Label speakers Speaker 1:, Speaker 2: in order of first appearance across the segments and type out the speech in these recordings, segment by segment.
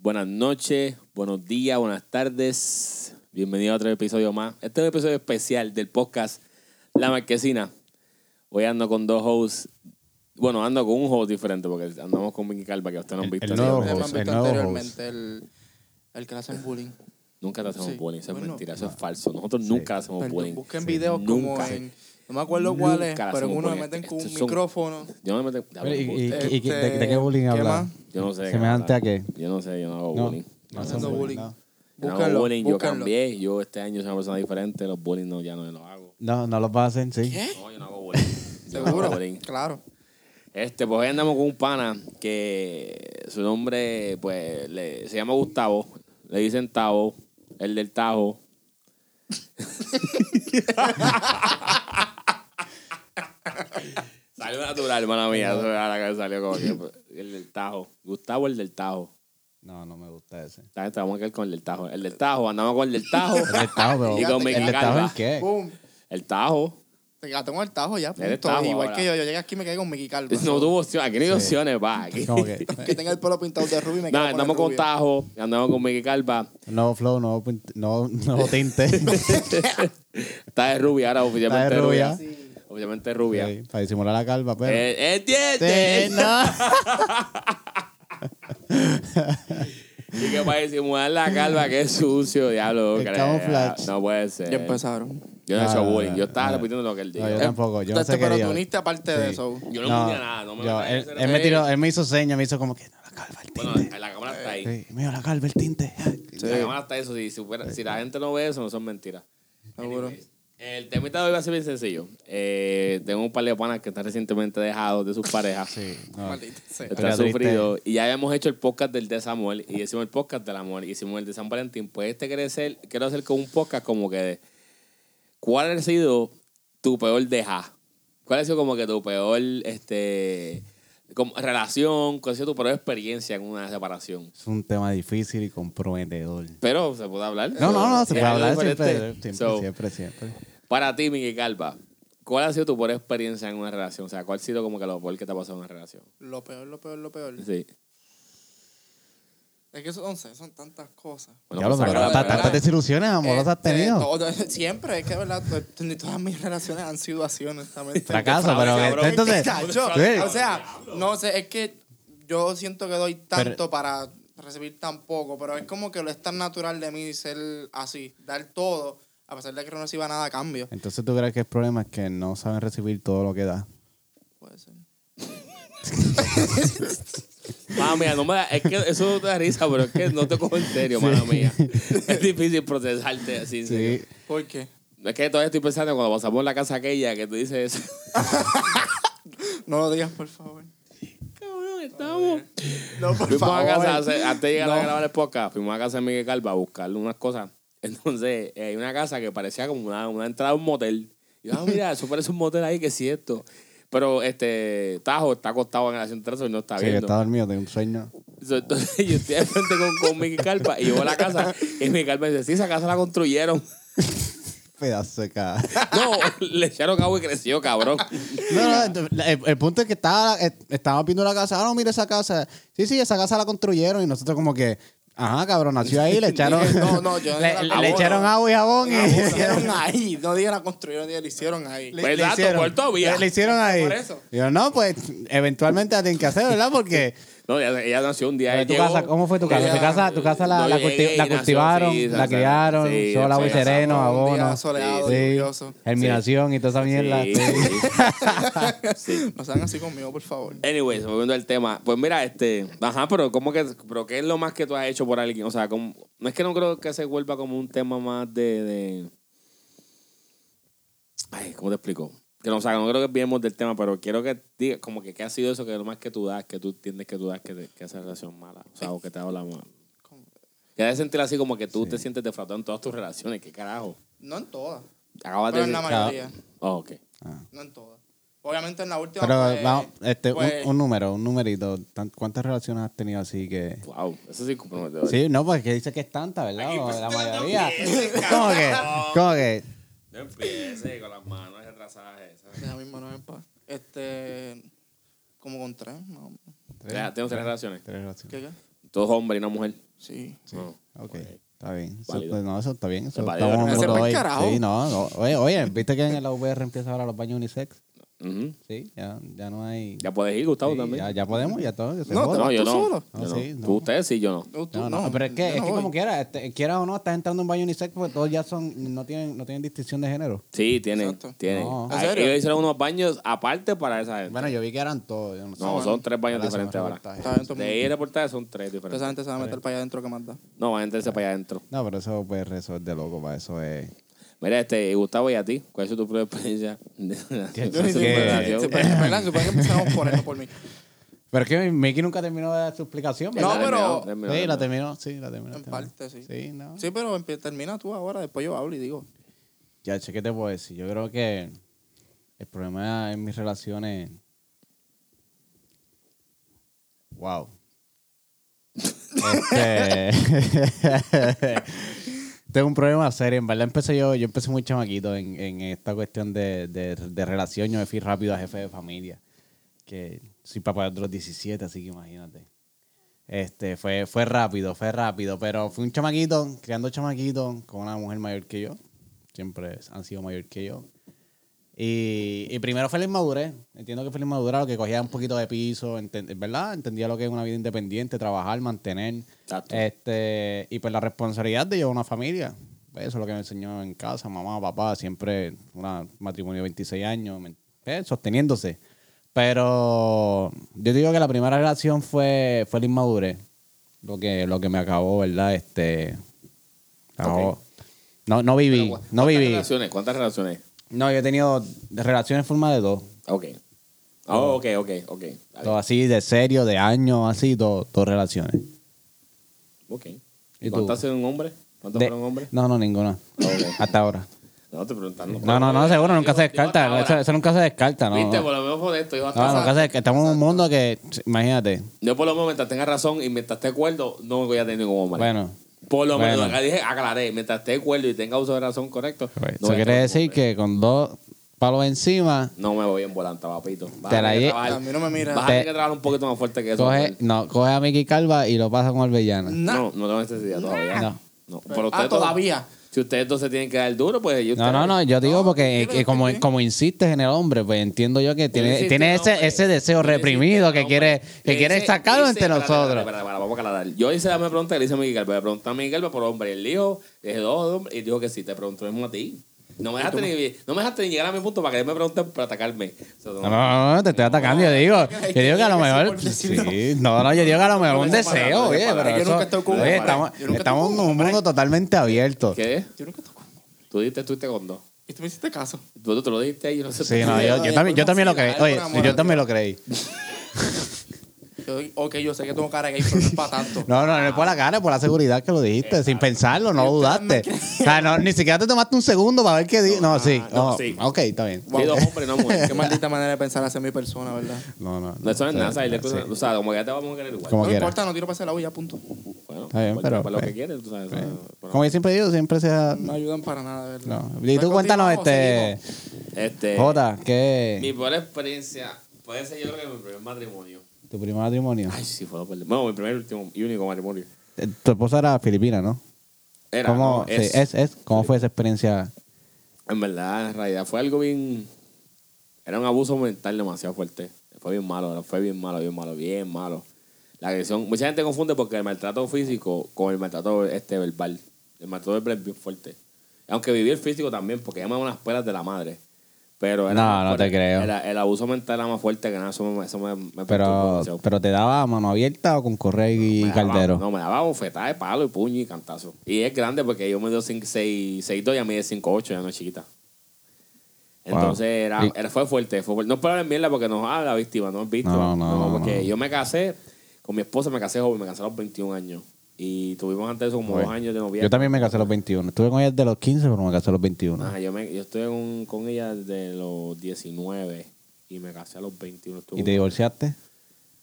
Speaker 1: Buenas noches, buenos días, buenas tardes. Bienvenido a otro episodio más. Este es un episodio especial del podcast La Marquesina. Hoy ando con dos hosts. Bueno, ando con un host diferente porque andamos con Vicky Calva, que ustedes no han
Speaker 2: El-
Speaker 1: visto.
Speaker 2: el
Speaker 1: así
Speaker 2: nuevo
Speaker 1: que-
Speaker 2: host.
Speaker 3: Hemos
Speaker 2: José,
Speaker 3: visto
Speaker 2: no,
Speaker 3: anteriormente el, el que le hacen bullying.
Speaker 1: Nunca te hacemos
Speaker 3: Sí.
Speaker 1: bullying, eso es
Speaker 3: Bueno,
Speaker 1: mentira,
Speaker 2: Ah.
Speaker 1: eso es falso. Nosotros nunca hacemos
Speaker 3: Perdón,
Speaker 1: bullying.
Speaker 3: busquen videos como
Speaker 1: Nunca.
Speaker 3: en. No me acuerdo
Speaker 1: Nunca
Speaker 3: cuál
Speaker 1: le
Speaker 3: es, pero en
Speaker 1: hacemos
Speaker 3: uno me
Speaker 1: bullying.
Speaker 3: meten con un
Speaker 1: Estos son-
Speaker 3: micrófono.
Speaker 1: Yo no me meto.
Speaker 2: Pero, ¿y- y-
Speaker 1: eh,
Speaker 2: y- de-
Speaker 3: Este,
Speaker 2: de qué bullying
Speaker 3: ¿qué
Speaker 2: habla?
Speaker 3: más?
Speaker 1: yo no sé. de qué
Speaker 2: ¿semejante
Speaker 1: hablar.
Speaker 2: a qué?
Speaker 1: Yo no sé, yo no hago
Speaker 2: No,
Speaker 1: bullying.
Speaker 2: no
Speaker 1: Yo
Speaker 2: hacen
Speaker 3: Haciendo bullying.
Speaker 2: no.
Speaker 1: no hago
Speaker 3: Búsquenlo,
Speaker 1: bullying, yo
Speaker 3: búsquenlo.
Speaker 1: cambié. Yo este año soy una persona diferente. Los bullying no, ya no los hago.
Speaker 2: No, no los vas a hacer, sí.
Speaker 3: ¿Qué?
Speaker 1: No, yo no hago bullying. Yo no hago
Speaker 3: ¿Eh? Seguro.
Speaker 1: bullying.
Speaker 3: Claro.
Speaker 1: Este, pues hoy andamos con un pana que su nombre, pues, le- se llama Gustavo. Le dicen Tavo, el del Tajo. salió natural, hermana mía. Eso era la que salió como que, pues, el del Tajo. Gustavo, el del Tajo.
Speaker 2: No, no me gusta ese.
Speaker 1: Esta gente vamos a quedar con el del Tajo. El del Tajo, andamos con el del Tajo.
Speaker 2: El del Tajo, pero-
Speaker 1: Y con
Speaker 2: ¿El
Speaker 1: Mickey
Speaker 2: del Tajo
Speaker 1: Calva.
Speaker 2: en qué?
Speaker 3: ¡Bum!
Speaker 1: El Tajo.
Speaker 3: Te gato con el tajo ya.
Speaker 1: Eres
Speaker 3: punto.
Speaker 1: tajo
Speaker 3: Igual
Speaker 1: ahora.
Speaker 3: que yo. Yo llegué aquí y me quedé con Mickey Calva.
Speaker 1: No tuvo opciones. Aquí no hay opciones, va. Aquí-
Speaker 2: Como que,
Speaker 3: Que tenga el pelo pintado de rubio y me quedo
Speaker 1: Nada,
Speaker 3: con el
Speaker 1: andamos con
Speaker 3: rubio.
Speaker 1: Tajo, andamos con Mickey Calva.
Speaker 2: nuevo flow, nuevo, punt- nuevo, nuevo tinte.
Speaker 3: pues,
Speaker 1: Está de rubia ahora, oficialmente
Speaker 2: Está de
Speaker 1: rubia.
Speaker 2: rubia.
Speaker 1: Obviamente rubia.
Speaker 2: Sí, para disimular la calva, pero...
Speaker 1: Eh,
Speaker 2: Sí,
Speaker 1: ¿Entiendes?
Speaker 2: no.
Speaker 1: Y que para disimular la calva, que es sucio, diablo.
Speaker 2: El
Speaker 1: crea.
Speaker 2: camuflaje.
Speaker 1: No puede ser.
Speaker 3: Ya empezaron. Este,
Speaker 1: Yo no he hecho
Speaker 2: No, no,
Speaker 1: bullying.
Speaker 2: no,
Speaker 1: Yo estaba
Speaker 2: no.
Speaker 1: repitiendo lo que él dijo.
Speaker 2: Ah, No, yo tampoco, yo no sé qué
Speaker 3: eh. pero
Speaker 2: diablo.
Speaker 3: tú uniste aparte de eso.
Speaker 1: Yo no,
Speaker 2: No,
Speaker 1: entendía nada. No me
Speaker 2: yo-
Speaker 1: metas en
Speaker 2: él,
Speaker 1: ese
Speaker 2: él me
Speaker 1: rollo.
Speaker 2: tiró, él me hizo señas, me hizo como que, no, la calva, el
Speaker 1: Bueno,
Speaker 2: tinte.
Speaker 1: la cámara está ahí.
Speaker 2: Sí, mío, la calva, el tinte.
Speaker 1: La cámara está eso. Si, supera- si la gente no ve eso, no son mentiras.
Speaker 3: Seguro.
Speaker 1: El temita de hoy va a ser bien sencillo. Eh, tengo un par de panas que están recientemente dejados de sus parejas.
Speaker 2: Sí, no.
Speaker 3: Maldito sea.
Speaker 1: Está
Speaker 2: Acá triste.
Speaker 1: sufrido. Y ya habíamos hecho el podcast del desamor. Y hicimos el podcast del amor. Y hicimos el de San Valentín. Pues este quiere ser, quiero hacer con un podcast como que de ¿Cuál ha sido tu peor deja? ¿Cuál ha sido como que tu peor este como relación? ¿Cuál ha sido tu peor experiencia en una separación?
Speaker 2: Es un tema difícil y comprometedor.
Speaker 1: Pero se puede hablar.
Speaker 2: No, no, no, se
Speaker 1: Es
Speaker 2: puede
Speaker 1: algo
Speaker 2: hablar
Speaker 1: diferente.
Speaker 2: siempre, siempre,
Speaker 1: este, So,
Speaker 2: siempre, siempre.
Speaker 1: Para ti, Miguel Calva, ¿cuál ha sido tu peor experiencia en una relación? O sea, ¿cuál ha sido como que lo peor que te ha pasado en una relación?
Speaker 3: Lo peor, lo peor, lo peor.
Speaker 1: Sí.
Speaker 3: Es que son, son tantas cosas.
Speaker 2: ya lo
Speaker 1: pues, sácala,
Speaker 2: tantas
Speaker 3: ta- ta-
Speaker 1: ¿verdad?
Speaker 2: tantas desilusiones amorosas has
Speaker 3: Este,
Speaker 2: tenido.
Speaker 3: todo- siempre, es que verdad, to- ni todas mis relaciones han sido así, honestamente.
Speaker 2: Fracaso, pero
Speaker 1: cabrón.
Speaker 2: que- entonces...
Speaker 3: Chacho,
Speaker 2: Sí.
Speaker 3: o sea, no sé, es que yo siento que doy tanto
Speaker 2: Pero-
Speaker 3: para recibir tan poco, pero es como que lo es tan natural de mí ser así, dar todo, a pesar de que no reciba nada a cambio.
Speaker 2: Entonces tú crees que el problema es que no saben recibir todo lo que da.
Speaker 3: Puede ser.
Speaker 1: Mamá mía, Ah, no me da, es que eso no te da risa, pero es que no te cojo en serio, mala mía. Es difícil procesarte así. en serio.
Speaker 3: ¿Por qué?
Speaker 1: No Es que todavía estoy pensando cuando pasamos la casa aquella que tú dices eso.
Speaker 3: No lo digas, por favor.
Speaker 1: Cabrón, estamos.
Speaker 3: No, por
Speaker 1: Fuimos a
Speaker 3: favor.
Speaker 1: casa, hace- antes de llegar a
Speaker 3: No.
Speaker 1: grabar el podcast, fuimos a casa de Miguel Calva a buscarle unas cosas. Entonces, eh, hay una casa que parecía como una, una entrada a un motel. Y yo, ah, mira, eso parece un motel ahí, que es cierto. Pero este Tajo está acostado en el asiento trasero y no está
Speaker 2: Sí, que
Speaker 1: viendo.
Speaker 2: está dormido, tengo un sueño.
Speaker 1: So, Entonces yo estoy de frente con, con Mickey Carpa y yo voy a la casa y Mickey Carpa dice, sí, esa casa la construyeron.
Speaker 2: Pedazo de cara.
Speaker 1: No, le echaron agua y creció, cabrón.
Speaker 2: No, no, el, el punto es que estaba, eh, estábamos viendo la casa. Ah, no, mira esa casa. Sí, sí, esa casa la construyeron y nosotros como que... Ajá, cabrón, nació ahí, le echaron...
Speaker 3: No, no, yo no
Speaker 2: le,
Speaker 3: era
Speaker 2: le-
Speaker 3: la-
Speaker 2: le echaron agua y jabón y...
Speaker 3: Lo hicieron ahí, no digan la construyeron, digan, lo hicieron ahí.
Speaker 1: Pues exacto, por todavía.
Speaker 2: le, le hicieron ahí.
Speaker 3: Por eso.
Speaker 2: Y Yo, no, pues, eventualmente la tienen que hacer, ¿verdad? Porque...
Speaker 1: No, ella, ella nació un día.
Speaker 2: Pero
Speaker 1: ella
Speaker 2: tu
Speaker 1: llegó-
Speaker 2: casa, ¿Cómo fue tu casa?
Speaker 3: Ella-
Speaker 2: tu casa, tu casa la,
Speaker 1: Eh, No,
Speaker 2: la,
Speaker 1: llegué
Speaker 2: culti-
Speaker 1: y
Speaker 2: la
Speaker 1: nació,
Speaker 2: cultivaron,
Speaker 1: sí,
Speaker 2: la
Speaker 1: exacto.
Speaker 2: criaron,
Speaker 1: Sí,
Speaker 2: sol, agua y
Speaker 1: fue
Speaker 2: sereno,
Speaker 3: un día
Speaker 2: abono.
Speaker 3: soleado,
Speaker 2: sí,
Speaker 3: lluvioso.
Speaker 2: Germinación y toda esa mierda.
Speaker 1: Sí,
Speaker 2: sí.
Speaker 1: sí.
Speaker 3: No sean así conmigo, por favor.
Speaker 1: Anyways, volviendo al tema. Pues mira, este. Ajá, pero ¿cómo que. Pero ¿qué es lo más que tú has hecho por alguien? O sea, como- no es que no creo que se vuelva como un tema más de. de- Ay, ¿cómo te explico? Que no, o sea, no creo que viemos del tema, pero quiero que digas como que qué ha sido eso que lo más que tú das, que tú entiendes que tú das, que, te- que esa relación mala, o sea, o que te habla mal. Ya de sentir así como que tú te sientes defraudado en todas tus relaciones, ¿qué carajo?
Speaker 3: No en todas,
Speaker 2: Ah,
Speaker 1: Acabas
Speaker 3: pero
Speaker 1: de
Speaker 3: en la
Speaker 1: decir-
Speaker 3: mayoría.
Speaker 1: Oh, ok.
Speaker 3: No en todas. Obviamente en la última.
Speaker 2: Pero
Speaker 3: pues,
Speaker 2: vamos, este, un-
Speaker 3: pues,
Speaker 2: un, número, un numerito. Tan- ¿Cuántas relaciones has tenido así que...?
Speaker 1: Wow, eso sí es comprometedor.
Speaker 2: Sí, no, porque dice que es tanta, ¿verdad? O
Speaker 1: pues
Speaker 2: la mayoría. ¿Cómo que? ¿Cómo que?
Speaker 1: No empieces con las manos retrasadas esas.
Speaker 3: Deja mis manos en paz. Este. Como con tres. No.
Speaker 1: Ya, tengo tres relaciones.
Speaker 2: Tres relaciones.
Speaker 3: ¿Qué, qué?
Speaker 1: Dos hombres y una mujer.
Speaker 3: Sí.
Speaker 1: No.
Speaker 2: Ok, está bien. Eso-
Speaker 1: Pues, Válido.
Speaker 2: pues no, eso está bien. Eso
Speaker 1: Es válido.
Speaker 2: estamos
Speaker 3: Ese
Speaker 2: juntos
Speaker 3: pa'l
Speaker 2: hoy.
Speaker 3: carajo.
Speaker 2: Sí, no, no. Oye, oye, ¿viste que en la VR empieza ahora los baños unisex?
Speaker 1: Ujú.
Speaker 2: Sí, ya, ya no hay...
Speaker 1: Ya puedes ir, Gustavo,
Speaker 2: sí,
Speaker 1: también.
Speaker 2: ya, ya podemos, ya todo. que se
Speaker 3: No,
Speaker 2: joda.
Speaker 1: No,
Speaker 3: ¿Tú
Speaker 1: yo no.
Speaker 3: solo?
Speaker 1: Yo
Speaker 2: Ah,
Speaker 1: no.
Speaker 2: sí, no.
Speaker 1: Tú, ustedes sí, yo no.
Speaker 3: No, tú
Speaker 2: No, no, pero es que,
Speaker 3: yo
Speaker 2: es
Speaker 3: no
Speaker 2: que
Speaker 3: voy.
Speaker 2: como quieras, este, quieras o no, estás entrando en un baño unisex porque todos ya son, no tienen, no tienen distinción de género.
Speaker 1: Sí, tienen.
Speaker 3: Exacto.
Speaker 1: tienen.
Speaker 2: No.
Speaker 1: Ahí-
Speaker 3: ¿En serio?
Speaker 1: Ellos hicieron unos baños aparte para esa gente.
Speaker 2: Bueno, yo vi que eran todos. yo no, sé.
Speaker 1: no,
Speaker 2: Bueno,
Speaker 1: son tres baños
Speaker 2: ahora eh. se me
Speaker 1: diferentes ahora.
Speaker 2: reportaje.
Speaker 3: Está bien, todo el
Speaker 1: De
Speaker 3: mundo.
Speaker 1: ahí reportajes son tres
Speaker 3: Toda
Speaker 1: diferentes.
Speaker 3: esa gente se va a meter para allá adentro que más da.
Speaker 1: No, van a meterse para allá adentro.
Speaker 2: No, pero eso pues eso es de loco, para eso es...
Speaker 1: Mira, este, Gustavo, y a ti, ¿cuál es tu propia experiencia? de la-
Speaker 2: ¿Qué-
Speaker 1: de la
Speaker 2: qué-
Speaker 1: superación?
Speaker 3: Se puede- ¿Verdad? Supongo que empezamos por él, no por mí.
Speaker 2: Pero es que Mickey nunca terminó de dar su explicación,
Speaker 1: Terminó,
Speaker 2: ¿verdad?
Speaker 3: pero-
Speaker 1: terminó,
Speaker 2: sí,
Speaker 1: terminó.
Speaker 2: la terminó, sí, la terminó.
Speaker 3: En
Speaker 2: terminó.
Speaker 3: parte, sí.
Speaker 2: Sí, no.
Speaker 3: Sí, pero empie- termina tú ahora, después yo hablo y digo.
Speaker 2: Ya, che, ¿qué te puedo decir? Yo creo que el problema en mis relaciones. Wow. Este. Tengo un problema serio. En verdad empecé yo, yo empecé muy chamaquito en, en esta cuestión de, de, de relación. Yo me fui rápido a jefe de familia. Que soy papá de los 17, así que imagínate. Este, fue, fue rápido, fue rápido, pero fue un chamaquito, creando chamaquito con una mujer mayor que yo. Siempre han sido mayor que yo. Y, y primero fue la inmadurez. Entiendo que fue la inmadurez lo que cogía un poquito de piso, enten- ¿verdad? Entendía lo que es una vida independiente, trabajar, mantener.
Speaker 1: Exacto.
Speaker 2: Este, y pues la responsabilidad de llevar una familia. Pues eso es lo que me enseñó en casa, mamá, papá, siempre un matrimonio de 26 años, ¿me- eh, sosteniéndose. Pero yo digo que la primera relación fue, fue la inmadurez. Lo que, lo que me acabó, ¿verdad? Este. acabó. No, no viví, no
Speaker 1: ¿Cuántas
Speaker 2: viví.
Speaker 1: relaciones? ¿Cuántas relaciones?
Speaker 2: No, yo he tenido relaciones en forma de dos.
Speaker 1: Ok. Oh, ok, ok, ok. Está bien.
Speaker 2: Todo así, de serio, de años, así, todo, dos relaciones.
Speaker 1: Ok.
Speaker 2: ¿Y tú?
Speaker 1: ¿Cuántas eran un hombre? ¿Cuántas
Speaker 2: De-
Speaker 1: fueron hombres?
Speaker 2: No, no, ninguna.
Speaker 1: Ok.
Speaker 2: Hasta ahora.
Speaker 1: No, te preguntando.
Speaker 2: No, no, no, seguro, nunca se descarta. Eso, eso nunca se descarta, ¿no?
Speaker 1: Viste,
Speaker 2: No,
Speaker 1: por lo menos por esto. Yo, hasta
Speaker 2: no, nunca se descarta. Estamos en un mundo que, imagínate.
Speaker 1: yo por lo menos mientras tenga razón y mientras esté acuerdo, no voy a tener ningún hombre.
Speaker 2: Bueno,
Speaker 1: Por lo menos,
Speaker 2: bueno.
Speaker 1: acá dije, aclaré, mientras esté de acuerdo y tenga uso de razón correcto.
Speaker 2: pues,
Speaker 1: no
Speaker 2: eso
Speaker 1: voy a
Speaker 2: quiere
Speaker 1: tener
Speaker 2: decir
Speaker 1: ningún hombre.
Speaker 2: que con dos palos encima,
Speaker 1: No me voy en volanta, papito. Vas
Speaker 2: Te
Speaker 1: a
Speaker 2: la
Speaker 1: tener que
Speaker 2: lle-
Speaker 1: trabajar-
Speaker 3: A mí no me miras.
Speaker 1: Vas a
Speaker 2: Te-
Speaker 1: tener que trabajar un poquito más fuerte que eso.
Speaker 2: coge,
Speaker 1: Manuel.
Speaker 2: no, coge a Mickey Calva y lo pasa con Albellana.
Speaker 3: Nah.
Speaker 1: No, no tengo necesidad todavía.
Speaker 2: No.
Speaker 1: No, pero
Speaker 3: Ah,
Speaker 1: ustedes dos-
Speaker 3: todavía.
Speaker 1: Si ustedes dos se tienen que dar duro, pues yo
Speaker 2: No, no, no, yo digo
Speaker 3: No,
Speaker 2: porque eh,
Speaker 3: tranquilo,
Speaker 2: eh, como,
Speaker 3: tranquilo.
Speaker 2: como insistes en el hombre, pues entiendo yo que tiene,
Speaker 1: insiste,
Speaker 2: tiene ese,
Speaker 1: hombre.
Speaker 2: ese deseo
Speaker 1: Yo le
Speaker 2: reprimido
Speaker 1: insiste,
Speaker 2: que quiere,
Speaker 1: hombre.
Speaker 2: que
Speaker 1: Le
Speaker 2: quiere
Speaker 1: hice-
Speaker 2: sacarlo
Speaker 1: hice-
Speaker 2: entre
Speaker 1: pues, espérate, espérate,
Speaker 2: nosotros.
Speaker 1: espérate, espérate, vamos a aclarar. Yo hice la misma pregunta que le hice a Miguel Galvez. Le pregunté a Miguel Galvez por hombre. Él dijo, le dije dos de hombre. Y dijo que sí, te pregunto mismo a ti. No me dejaste, ni, no me dejaste ni llegar a mi punto para que él me pregunte para atacarme. O sea, no.
Speaker 2: No, no, no, no, te estoy atacando, yo digo, yo digo que a lo mejor, sí, no, no, yo digo que a lo mejor un
Speaker 1: Yo nunca he
Speaker 2: deseo, oye,
Speaker 1: estado
Speaker 2: pero
Speaker 1: con
Speaker 2: eso-
Speaker 3: un
Speaker 2: oye,
Speaker 3: hombre.
Speaker 2: estamos,
Speaker 3: Yo nunca he estado
Speaker 2: estamos en
Speaker 3: con un
Speaker 2: un mundo totalmente abierto.
Speaker 1: ¿Qué?
Speaker 3: Yo nunca toco.
Speaker 1: Tú dijiste, tú dijiste con dos.
Speaker 3: Y tú me hiciste caso.
Speaker 1: Tú, tú lo dijiste y yo no sé.
Speaker 2: Sí, no, yo, yo también, yo también lo
Speaker 1: pues,
Speaker 2: creí, oye, yo también lo creí.
Speaker 3: Yo, ok, yo sé que tengo cara de gay, pero no es para tanto.
Speaker 2: No, no, no es por la cara, es por la seguridad que lo dijiste, sin pensarlo, no dudaste. O sea, no, ni siquiera te tomaste un segundo para ver qué di. No, sí,
Speaker 1: no,
Speaker 2: no,
Speaker 1: sí.
Speaker 2: ok, está bien.
Speaker 1: Sí, dos hombres, no mujeres.
Speaker 3: Qué maldita manera de pensar hacia mi persona, ¿verdad?
Speaker 2: No, no,
Speaker 1: No, eso no es nada. ¿sabes?
Speaker 2: Sí.
Speaker 1: O sea, como que ya te vamos a querer igual.
Speaker 2: Como
Speaker 3: no me
Speaker 2: quiera.
Speaker 3: importa, no tiro para ese lado y ya, punto.
Speaker 1: Bueno,
Speaker 2: Está bien,
Speaker 1: pues,
Speaker 2: pero,
Speaker 1: para lo
Speaker 2: pues,
Speaker 1: que quieres, tú sabes. pues, pero-
Speaker 2: Como yo siempre digo, siempre se ha...
Speaker 3: No ayudan para nada, ¿verdad?
Speaker 2: No. Y
Speaker 3: Pues
Speaker 2: tú cuéntanos,
Speaker 3: continuamos,
Speaker 2: este...
Speaker 3: seguimos.
Speaker 1: Este,
Speaker 2: Jota,
Speaker 1: mi
Speaker 2: ¿qué?
Speaker 1: peor experiencia puede ser yo creo que mi primer matrimonio.
Speaker 2: Tu primer matrimonio.
Speaker 1: Ay, sí, fue lo peor. Bueno, mi primer último y único matrimonio.
Speaker 2: Eh, Tu esposa era filipina, ¿no?
Speaker 1: Era,
Speaker 2: ¿Cómo,
Speaker 1: ¿no?
Speaker 2: sí, es, es, ¿Cómo fue esa experiencia?
Speaker 1: En verdad, en realidad fue algo bien. Era un abuso mental demasiado fuerte. Fue bien malo, fue bien malo, bien malo, bien malo. La agresión. Mucha gente confunde porque el maltrato físico con el maltrato este verbal. El maltrato verbal es bien fuerte. Aunque viví el físico también, porque llaman unas pelas de la madre. Pero era
Speaker 2: No,
Speaker 1: más
Speaker 2: no
Speaker 1: fuerte.
Speaker 2: te creo.
Speaker 1: Era- el abuso mental era más fuerte que nada. Eso me, eso me, me perturbó
Speaker 2: Pero,
Speaker 1: demasiado.
Speaker 2: pero te daba a mano abierta o con correa y
Speaker 1: Me daba-
Speaker 2: caldero.
Speaker 1: no, me daba bofetada de palo y puño y cantazo. Y es grande porque yo me dio 6'2 y a mí de 5'8, ya no es chiquita.
Speaker 2: Wow.
Speaker 1: Entonces era,
Speaker 2: Y-
Speaker 1: era- fue fuerte, fue fuerte. No es para hablar mierda porque no, ah, la víctima, no es víctima.
Speaker 2: No, no, no,
Speaker 1: porque
Speaker 2: no.
Speaker 1: yo me casé con mi esposa, me casé joven, me casé a los 21 años. Y tuvimos antes de eso como
Speaker 2: Oye,
Speaker 1: dos años de noviazgo.
Speaker 2: Yo también me casé a los 21. Estuve con ella desde los 15, pero me casé a los 21.
Speaker 1: Ajá, yo, me, yo estuve con, con ella desde los 19 y me casé a los 21. Estuve
Speaker 2: ¿Y te divorciaste?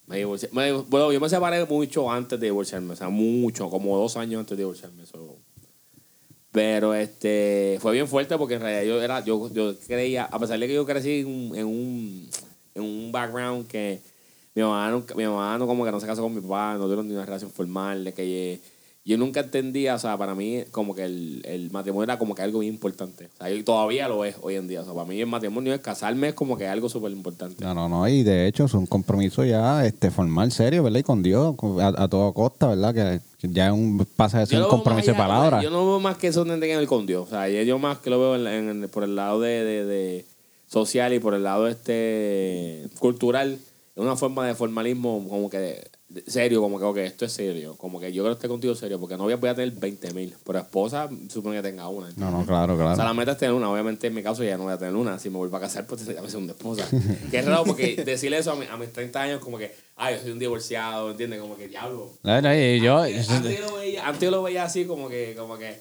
Speaker 1: Me divorcié. Me divor- bueno, yo me separé mucho antes de divorciarme, o sea, mucho, como dos años antes de divorciarme. so. Pero este fue bien fuerte porque en realidad yo era, yo, yo creía, a pesar de que yo crecí en un, en un, en un background que mi mamá, nunca- mi mamá no como que no se casó con mi papá, no tuvieron ni una relación formal, de que yo nunca entendía, o sea, para mí como que el, el matrimonio era como que algo bien importante. O sea, y todavía lo es hoy en día. O sea, para mí el matrimonio es casarme es como que algo súper importante.
Speaker 2: No, no, no, y de hecho es un compromiso ya este, formal, serio, ¿verdad? Y con Dios, con- a, a toda costa, ¿verdad? Que, que ya es un, pasa de ser un compromiso de palabras.
Speaker 1: Yo no veo más que eso en el con Dios. O sea, yo yo más que lo veo en la- en- por el lado de, de- de social y por el lado este cultural. Es una forma de formalismo como que de- serio, como que ok, esto es serio. Como que yo creo que esté contigo serio, porque novia voy a tener 20 mil, pero esposa supone que tenga una.
Speaker 2: No, no, claro,
Speaker 1: O sea,
Speaker 2: claro.
Speaker 1: la meta es tener una. Obviamente, en mi caso, ya no voy a tener una. Si me vuelvo a casar, pues tendría que ser una esposa. que es raro porque decirle eso a, mi- a mis 30 años, como que, ay, yo soy un divorciado, ¿entiendes? Como que diablo.
Speaker 2: No, no, y yo,
Speaker 1: Antes, Eh, antes yo lo veía, antes yo lo veía así, como que, como que.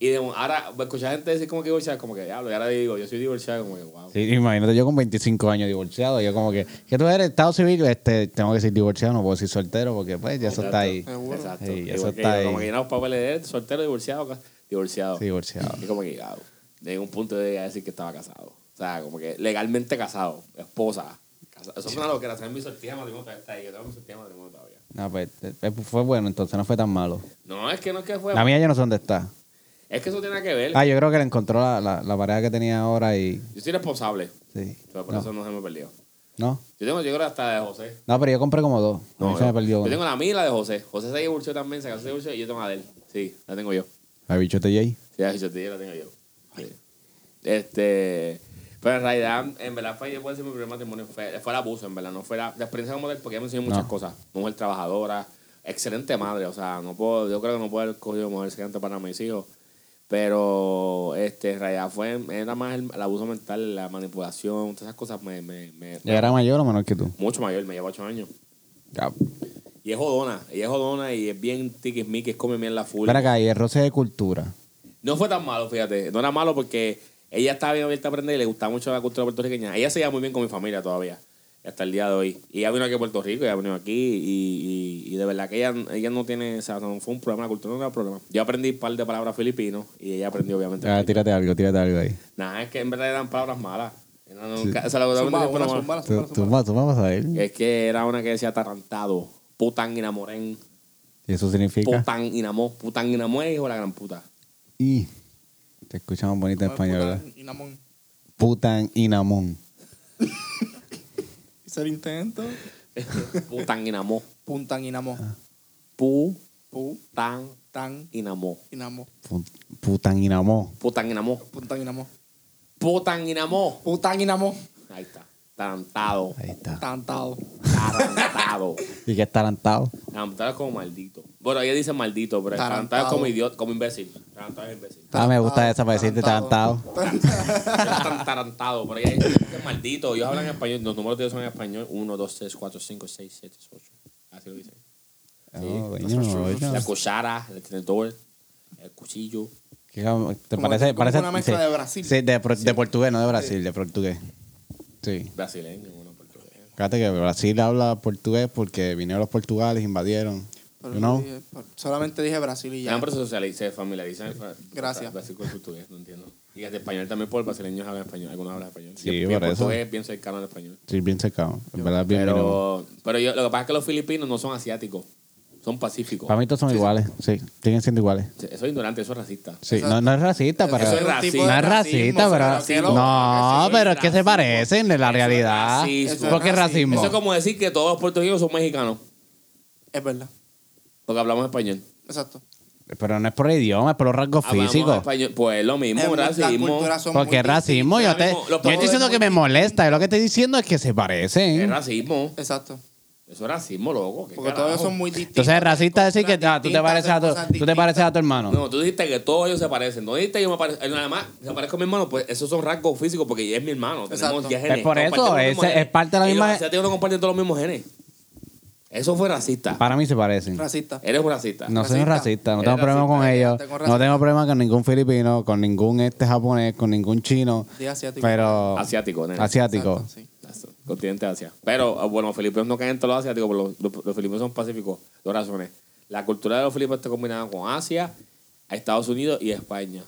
Speaker 1: Y de- ahora, escuchar gente decir como que divorciado, como que diablo. Y ahora digo, yo soy divorciado, como que, wow.
Speaker 2: Sí, imagínate yo con 25 años divorciado, yo como que, ¿qué tú eres? Estado civil, este, tengo que decir divorciado, no puedo decir soltero porque pues ya eso está ahí.
Speaker 3: Seguro.
Speaker 1: Exacto.
Speaker 2: Sí, eso
Speaker 1: Igual que
Speaker 2: está
Speaker 1: yo,
Speaker 2: ahí.
Speaker 1: Como que llenamos papeles de él, soltero, divorciado, ca- divorciado.
Speaker 2: Sí, divorciado.
Speaker 1: Y como que, diablo. Llegué a un punto de decir que estaba casado. O sea, como que legalmente casado, esposa. casa- Eso es una loquera. Hacer mi sortija de matrimonio todavía está ahí. Yo tengo mi sortija de matrimonio todavía.
Speaker 2: No, pues eh, fue bueno, entonces no fue tan malo.
Speaker 1: No, es que no es que fue.
Speaker 2: La mía ya no sé dónde está.
Speaker 1: Es que eso tiene que ver.
Speaker 2: Ah, yo creo que la encontró la, la, la pareja que tenía ahora y...
Speaker 1: Yo soy responsable.
Speaker 2: Sí.
Speaker 1: Pero por
Speaker 2: No,
Speaker 1: eso no se me perdió.
Speaker 2: no,
Speaker 1: Yo tengo, yo creo hasta de José.
Speaker 2: No, pero yo compré como dos. A mí
Speaker 1: No,
Speaker 2: se me
Speaker 1: yo,
Speaker 2: perdió
Speaker 1: yo
Speaker 2: uno.
Speaker 1: tengo la mía y la de José. José se divorció también, se casó, se divorció y yo tengo la de él. Sí, la tengo yo.
Speaker 2: La bichote Jay.
Speaker 1: Sí, la yo la tengo yo. Sí. Este. Pero en realidad, en verdad, fue, yo puedo decir mi primer matrimonio. Fue, fue el abuso, en verdad. No fue la, la experiencia como tal, porque ella me enseñó muchas
Speaker 2: No.
Speaker 1: cosas. Mujer trabajadora, excelente madre. O sea, no puedo, yo creo que no puedo haber cogido mujer excelente para mis hijos. Pero este, en realidad fue, era más el, el abuso mental, la manipulación, todas esas cosas. Me, me, me-
Speaker 2: ¿Ya era mayor o menor que tú?
Speaker 1: mucho mayor, me lleva ocho años.
Speaker 2: Ya.
Speaker 1: Y es jodona, y es jodona y es bien tiquismiquis, come mierda full.
Speaker 2: Ven acá, y el roce de cultura.
Speaker 1: No fue tan malo, fíjate. No era malo porque ella estaba bien abierta a aprender y le gustaba mucho la cultura puertorriqueña. Ella se lleva muy bien con mi familia todavía, hasta el día de hoy. Y ella vino aquí a Puerto Rico, ella vino aquí y, y- y de verdad que ella, ella no tiene, o sea, no fue un problema, la cultura no era un problema. Yo aprendí un par de palabras filipinos y ella aprendió obviamente.
Speaker 2: Ah,
Speaker 1: filipino.
Speaker 2: tírate algo, tírate algo ahí.
Speaker 1: Nada, es que en verdad eran palabras malas. Era nunca- o sea, lo que
Speaker 3: Zumba,
Speaker 1: realmente fue
Speaker 3: una,
Speaker 1: lo malo.
Speaker 3: zumba,
Speaker 2: Tú, tú,
Speaker 3: zumba, zumba.
Speaker 2: vas- tú vas a ver.
Speaker 1: Es que era una que decía atarantado, putan inamorén,
Speaker 2: ¿Y eso significa?
Speaker 1: putan inamó, putan inamó es hijo de la gran puta.
Speaker 2: Y... Te escuchamos bonito en español, ¿verdad?
Speaker 3: Y Namón.
Speaker 2: Putan Inamón.
Speaker 3: Hice el intento.
Speaker 1: putan inamó,
Speaker 3: Puntan y Namó.
Speaker 2: Ah.
Speaker 1: putan
Speaker 3: Pu, tan
Speaker 1: inamó.
Speaker 3: y Namó.
Speaker 2: Pu- Putan Inamón.
Speaker 1: Putanginamó.
Speaker 3: Puntan y Namó.
Speaker 1: Putanginamó.
Speaker 3: Putan y Namó.
Speaker 1: Ahí está. Tarantado.
Speaker 2: Ahí está.
Speaker 3: Tantado.
Speaker 1: Tarantado.
Speaker 2: ¿Y qué es tarantado?
Speaker 1: Tarantado es como maldito. Bueno, ella dice maldito, pero tarantado,
Speaker 3: Tarantado.
Speaker 1: es como idiota, como imbécil. Tarantado es imbécil.
Speaker 2: Ah, me gusta esa para decirte
Speaker 3: Tarantado.
Speaker 2: tarantado.
Speaker 1: Ellos están tarantados, pero ella dice que es maldito. Ellos hablan en español. Los números de ellos son en español. 1, 2, 3, 4, 5, 6, 7, 8. Así lo dicen.
Speaker 2: Oh, coño, coño.
Speaker 1: La cuchara, el tenedor, el cuchillo.
Speaker 2: Que como- te
Speaker 3: Como-
Speaker 2: parece,
Speaker 3: como
Speaker 2: parece-
Speaker 3: una mezcla
Speaker 2: sí.
Speaker 3: de Brasil.
Speaker 2: Sí, de, pro- de portugués, no de Brasil, de portugués. Sí.
Speaker 1: Brasileño, bueno, portugués.
Speaker 2: Fíjate que Brasil habla portugués porque vinieron los portugales, invadieron.
Speaker 3: Pero
Speaker 2: You know?
Speaker 3: dije- pero solamente dije Brasil y
Speaker 1: Ya
Speaker 3: ya.
Speaker 1: Ah, pero se socializan, se familiarizan. con-
Speaker 3: Gracias.
Speaker 1: Brasil con el portugués, no entiendo. Y el español también, por brasileños hablan español, algunos hablan español.
Speaker 2: Sí,
Speaker 1: Y el- y
Speaker 2: por
Speaker 1: el
Speaker 2: eso.
Speaker 1: portugués es bien cercano al español.
Speaker 2: Sí, bien secado. En verdad, bien mínimo.
Speaker 1: Pero, pero yo, lo que pasa es que los filipinos no son asiáticos, son pacíficos.
Speaker 2: Para mí todos son iguales, sí. Siguen siendo iguales.
Speaker 1: Eso es ignorante, eso es racista.
Speaker 2: Sí, no, no es racista, pero...
Speaker 1: Eso es
Speaker 3: un tipo
Speaker 1: racismo.
Speaker 2: No
Speaker 3: de
Speaker 2: es racista,
Speaker 3: racismo,
Speaker 2: pero...
Speaker 3: que lo-
Speaker 2: no,
Speaker 1: eso es
Speaker 2: pero es que se
Speaker 1: racismo.
Speaker 2: parecen en la
Speaker 1: Eso es
Speaker 2: realidad.
Speaker 1: racismo.
Speaker 2: ¿Por qué racismo?
Speaker 1: Eso es como decir que todos los puertorriqueños son mexicanos,
Speaker 3: Es verdad.
Speaker 1: porque hablamos español.
Speaker 3: Exacto.
Speaker 2: Pero no es por el idioma, es por los rasgos
Speaker 1: Hablamos
Speaker 2: físicos.
Speaker 1: español, pues es lo mismo,
Speaker 3: Es- Em, las
Speaker 1: racismo.
Speaker 3: culturas son muy
Speaker 2: Porque es racismo. Yo,
Speaker 1: ahora
Speaker 2: te,
Speaker 1: mismo los
Speaker 2: yo estoy
Speaker 1: pobres
Speaker 2: diciendo
Speaker 1: son
Speaker 2: que me molesta. Yo lo que estoy diciendo es que se
Speaker 1: Es
Speaker 2: parecen.
Speaker 1: racismo.
Speaker 3: distintas. Exacto.
Speaker 1: Eso es racismo, loco. ¿qué
Speaker 3: Porque
Speaker 1: carajo?
Speaker 3: todos son muy distintos.
Speaker 2: Entonces es racista decir que ah, tú, te
Speaker 3: Distintas,
Speaker 2: pareces a tu,
Speaker 3: cosas
Speaker 2: tú te pareces a tu hermano.
Speaker 1: No, tú dijiste que todos ellos se parecen. No dijiste que yo me parezco. eh, Nada más, se parezco a mi hermano, pues esos son rasgos físicos porque es mi hermano. Tenemos
Speaker 3: Exacto.
Speaker 1: ya genes.
Speaker 2: Es Pues por eso,
Speaker 1: Compartimos los
Speaker 2: ese-
Speaker 1: mismos genes.
Speaker 2: es parte de la
Speaker 1: Y
Speaker 2: misma-
Speaker 1: Los asiáticos no comparten todos los mismos genes. Eso fue racista.
Speaker 2: Para mí se parecen.
Speaker 3: Racista. eh,
Speaker 1: Eres un racista.
Speaker 2: No soy un
Speaker 3: Racista.
Speaker 2: racista, no
Speaker 1: Eres
Speaker 2: tengo problema
Speaker 1: racista,
Speaker 2: con
Speaker 3: eres
Speaker 2: ellos.
Speaker 3: racista, con
Speaker 2: No tengo problema con ningún filipino, con ningún este japonés, con ningún chino.
Speaker 3: De asiático.
Speaker 2: Pero
Speaker 1: Asiático, nene.
Speaker 2: asiático.
Speaker 3: Exacto, sí.
Speaker 1: Eso, Continente Asia. Pero ah, bueno, los filipinos no caen en todos los asiáticos, pero los, los- los filipinos son pacíficos. Dos razones. La cultura de los filipinos está combinada con Asia, Estados Unidos y España.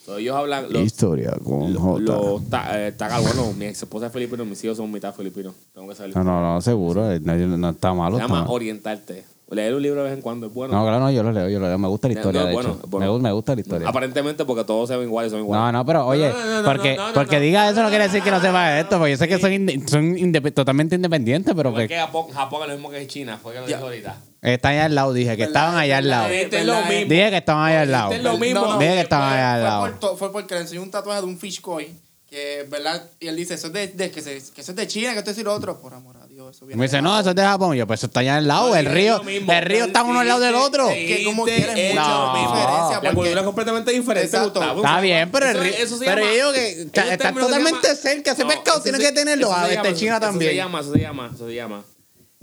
Speaker 1: Entonces, ellos hablan. Los,
Speaker 2: Historia con
Speaker 1: los,
Speaker 2: J.
Speaker 1: los ta- eh, tagal- bueno, mi ex esposa es filipina, mis hijos son mitad filipinos. Tengo que salir.
Speaker 2: No, no, no, seguro. eh, No, yo- no está malo.
Speaker 1: Se
Speaker 2: está
Speaker 1: llama
Speaker 2: mal.
Speaker 1: orientarte. Leer un libro de vez en cuando es bueno.
Speaker 2: No, claro, no, yo lo leo, yo lo leo. Me gusta la
Speaker 1: No,
Speaker 2: historia,
Speaker 1: no,
Speaker 2: de
Speaker 1: bueno,
Speaker 2: hecho.
Speaker 1: bueno.
Speaker 2: Me gu- Me, gusta la historia.
Speaker 1: Aparentemente porque todos se ven iguales, son iguales.
Speaker 2: No, no, pero oye,
Speaker 1: no, no, no,
Speaker 2: porque,
Speaker 1: no, no,
Speaker 2: porque
Speaker 1: no.
Speaker 2: diga eso no quiere decir que no sepa esto, porque yo sé que son, inde- son indep- totalmente independientes, pero
Speaker 1: Porque
Speaker 2: que
Speaker 1: Japón, Japón es lo mismo que China, fue que lo dijo ahorita.
Speaker 2: están allá al lado, dije, que estaban allá al lado.
Speaker 1: Este es lo
Speaker 3: ¿Verdad? eh,
Speaker 1: mismo.
Speaker 2: Dije que estaban allá al lado.
Speaker 1: Este es lo mismo.
Speaker 3: No, no,
Speaker 2: Dije que estaban allá al
Speaker 3: Fue,
Speaker 2: lado.
Speaker 3: por to- fue porque le enseñó un tatuaje de un fish koi, que, ¿verdad? Y él dice, eso es de, de- que, se- que eso es de China, que esto es y lo otro. Por amor a Dios, eso viene
Speaker 2: Me dice,
Speaker 3: de
Speaker 2: no,
Speaker 3: Japón.
Speaker 2: eso es de Japón. Yo, pues eso está allá al lado.
Speaker 1: No,
Speaker 2: El
Speaker 1: sí, es
Speaker 2: río,
Speaker 1: lo mismo.
Speaker 2: el río está uno al lado del otro.
Speaker 1: Sí,
Speaker 3: Que como
Speaker 1: Sí,
Speaker 3: quieres,
Speaker 1: es
Speaker 3: mucha
Speaker 2: lo mismo.
Speaker 3: diferencia.
Speaker 1: La cultura
Speaker 3: porque-
Speaker 1: es completamente diferente.
Speaker 3: Exacto.
Speaker 1: Gustavo.
Speaker 2: Está bien, pero el
Speaker 1: Eso-
Speaker 2: río.
Speaker 1: eso se
Speaker 2: Pero
Speaker 1: llama-
Speaker 2: yo digo que está,
Speaker 1: es un
Speaker 2: está
Speaker 1: término que se
Speaker 2: totalmente
Speaker 1: llama-
Speaker 2: cerca. Ese
Speaker 1: No,
Speaker 2: pescado
Speaker 1: eso
Speaker 2: tiene
Speaker 1: se-
Speaker 2: que tenerlo.
Speaker 1: eso se
Speaker 2: Ah,
Speaker 1: llama-
Speaker 2: este China
Speaker 1: eso
Speaker 2: también.
Speaker 1: se llama, eso se llama, eso se llama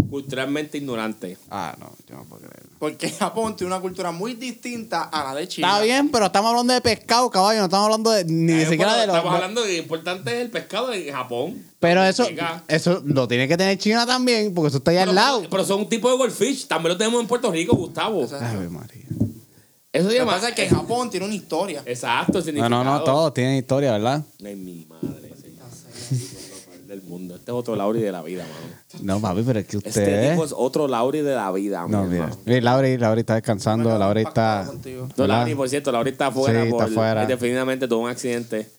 Speaker 1: culturalmente ignorante.
Speaker 2: Ah, no, yo no puedo creer.
Speaker 3: Porque Japón tiene una cultura muy distinta a la de China.
Speaker 2: Está bien, pero estamos hablando de pescado, caballo. No estamos hablando de, ni
Speaker 1: Eh,
Speaker 2: siquiera
Speaker 1: bueno,
Speaker 2: de los.
Speaker 1: Estamos hablando de que importante es el pescado de Japón.
Speaker 2: Pero eso,
Speaker 1: Venga.
Speaker 2: eso lo tiene que tener China también, porque eso está allá al lado.
Speaker 1: Pero son un tipo de goldfish. También lo tenemos en Puerto Rico, Gustavo.
Speaker 3: Exacto.
Speaker 2: Ave María.
Speaker 1: Eso se
Speaker 3: Lo que
Speaker 1: llama.
Speaker 3: pasa es que Japón tiene una historia.
Speaker 1: Exacto, el
Speaker 2: No, no, no,
Speaker 1: significado.
Speaker 2: todos tienen historia, ¿verdad?
Speaker 1: Ay, mi madre. señor. del mundo. Este es otro Lauri de la vida, mano.
Speaker 2: No, papi, pero es que usted.
Speaker 1: Este tipo es otro Lauri de la vida,
Speaker 2: No,
Speaker 1: mi
Speaker 2: mira.
Speaker 1: hermano.
Speaker 2: Mira, Lauri, Lauri está descansando,
Speaker 3: Me
Speaker 2: Lauri
Speaker 3: quedo
Speaker 2: está.
Speaker 3: impactado contigo.
Speaker 1: No,
Speaker 2: ¿verdad?
Speaker 1: Lauri, por cierto, Lauri está afuera.
Speaker 2: Sí, está
Speaker 1: por-
Speaker 2: afuera.
Speaker 1: Indefinidamente tuvo un accidente.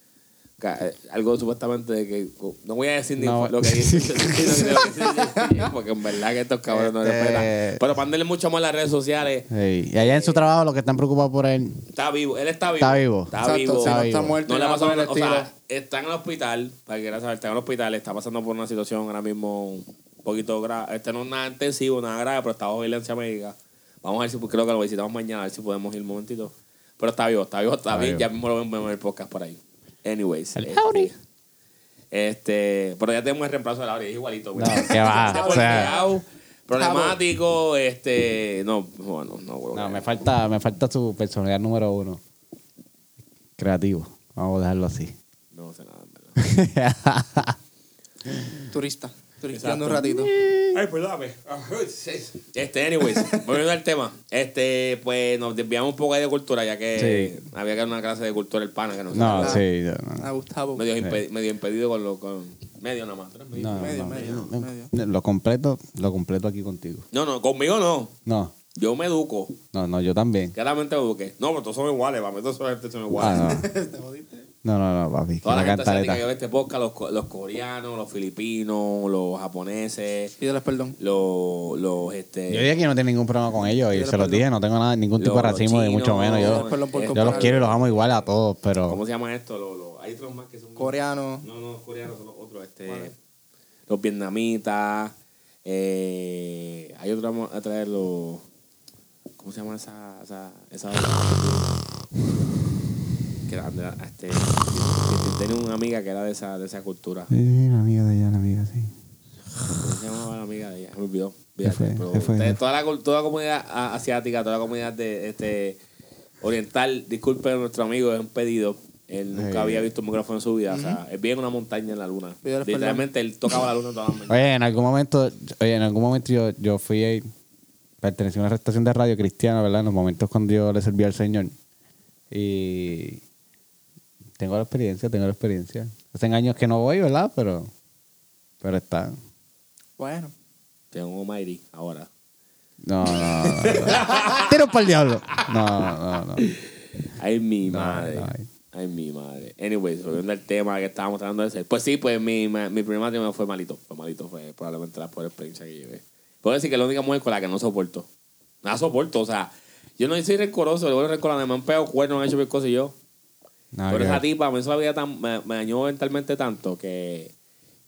Speaker 1: Ca- eh, Algo supuestamente de que. No voy a decir ni
Speaker 2: No.
Speaker 1: lo que dice. sino que lo que dice, porque en verdad que estos cabrones no
Speaker 2: Este-
Speaker 1: respetan. Pero pandenle mucho más las redes sociales.
Speaker 2: Sí, Y allá en su
Speaker 1: Eh.
Speaker 2: trabajo, los que están preocupados por él.
Speaker 1: Está vivo, él está vivo.
Speaker 2: Está vivo.
Speaker 1: Está
Speaker 3: Exacto,
Speaker 1: vivo.
Speaker 3: si no
Speaker 2: vivo.
Speaker 3: está muerto.
Speaker 1: No le
Speaker 3: ni
Speaker 1: ha
Speaker 3: nada
Speaker 1: pasado
Speaker 3: por el
Speaker 1: nada. O sea,
Speaker 3: estilo.
Speaker 1: está en el hospital, para que quieran saber, está en el hospital, está pasando por una situación ahora mismo un poquito grave. Este no es nada intensivo, nada grave, pero está bajo violencia médica. Vamos a ver si, pues, creo que lo visitamos mañana, a ver si podemos ir un momentito. Pero está vivo, está vivo, está,
Speaker 2: Está
Speaker 1: bien.
Speaker 2: vivo.
Speaker 1: Ya mismo lo vemos en el podcast por ahí. Anyways.
Speaker 2: El
Speaker 1: este,
Speaker 2: Lauri.
Speaker 1: este, pero ya tenemos el reemplazo de Lauri, es igualito. güey.
Speaker 2: No, qué va,
Speaker 1: Este
Speaker 2: o sea.
Speaker 1: porfiado, problemático, este, no, bueno, no, güey.
Speaker 2: No, me falta, me falta su personalidad número uno. Creativo. Vamos a dejarlo así.
Speaker 1: no sé nada, en verdad.
Speaker 3: Turista.
Speaker 1: Exacto.
Speaker 3: Turisteando un ratito.
Speaker 1: Ay, perdóname. Este, anyways, volviendo al tema. Este, pues nos desviamos un poco ahí de cultura, ya que había que dar una clase de cultura el pana
Speaker 3: pues,
Speaker 1: que nos
Speaker 2: No, sí. yo no.
Speaker 3: A Gustavo.
Speaker 1: medio, impe- medio impedido con lo con medio nada más. tú eres medio.
Speaker 2: No,
Speaker 3: Medio,
Speaker 2: no,
Speaker 3: medio,
Speaker 2: no,
Speaker 3: medio.
Speaker 2: no. Lo completo, lo completo aquí contigo.
Speaker 1: No, no, conmigo no.
Speaker 2: No,
Speaker 1: Yo me educo.
Speaker 2: no, no, yo también.
Speaker 1: Claramente me eduqué. No, pero todos somos iguales, para mí todos son, todos son iguales.
Speaker 2: Ah, no.
Speaker 3: ¿Te jodiste?
Speaker 2: No, no, no, papi.
Speaker 1: Toda la
Speaker 2: una
Speaker 1: gente asiática que
Speaker 2: cantaleta.
Speaker 1: ve este podcast, los, co- los coreanos, los filipinos, los japoneses,
Speaker 3: Pídeles perdón.
Speaker 1: los, los este...
Speaker 2: Yo dije que no tengo ningún problema con ellos y
Speaker 3: Yo
Speaker 2: se los dije, no tengo nada, ningún tipo de
Speaker 1: los
Speaker 2: racismo, ni
Speaker 1: chinos,
Speaker 2: mucho menos. Yo,
Speaker 3: Perdón por
Speaker 1: este,
Speaker 2: yo los
Speaker 3: compararlo.
Speaker 2: quiero y los amo igual a todos, pero.
Speaker 1: ¿Cómo se llama esto? Los, los- hay otros más que son...
Speaker 3: Coreano.
Speaker 1: No, no, los coreanos son los otros. Este, Los vietnamitas. Eh, hay otro vamos a traer los. ¿Cómo se llama esa.? esa, esa que era de- este, tenía una amiga que era de esa, de esa cultura.
Speaker 2: Sí, sí, la amiga de ella, la amiga, sí.
Speaker 1: ¿Cómo se llamaba la amiga de ella? Me olvidó. Fíjate,
Speaker 2: fue,
Speaker 1: pero
Speaker 2: se fue,
Speaker 1: ustedes,
Speaker 2: se fue.
Speaker 1: toda, la, cul- toda la comunidad a- asiática, toda la comunidad de este oriental, disculpen a nuestro amigo, es un pedido. Él nunca
Speaker 2: Sí.
Speaker 1: había visto un micrófono en su vida. O sea, él vive en una montaña en la luna.
Speaker 3: Pídele perdón.
Speaker 1: Literalmente él tocaba la luna todas las mañanas.
Speaker 2: Oye, en algún momento, oye, en algún momento yo, yo fui ahí, pertenecí a una estación de radio cristiana, ¿verdad? En los momentos cuando yo le servía al Señor. Y tengo la experiencia, tengo la experiencia. Hacen años que no voy, ¿verdad? Pero, pero está.
Speaker 3: Bueno.
Speaker 1: Tengo un Omairi ahora.
Speaker 2: No, no, no. no. Tiro para el diablo. No, no, no.
Speaker 1: Ay, mi
Speaker 2: No,
Speaker 1: madre.
Speaker 2: no.
Speaker 1: Ay, mi madre. Anyways, volviendo al tema que estábamos tratando de hacer. Pues sí, pues mi, ma- mi primer matrimonio fue malito. Fue malito, fue probablemente la peor experiencia que llevé. Puedo decir que es la única mujer con la que no soporto. Nada soporto, o sea, yo no soy rencoroso, le voy a recordar, me han pegado cuernos, me han hecho mil cosas y yo.
Speaker 2: No,
Speaker 1: Pero
Speaker 2: que-
Speaker 1: esa tipa me hizo la vida tan, me, me dañó mentalmente tanto que,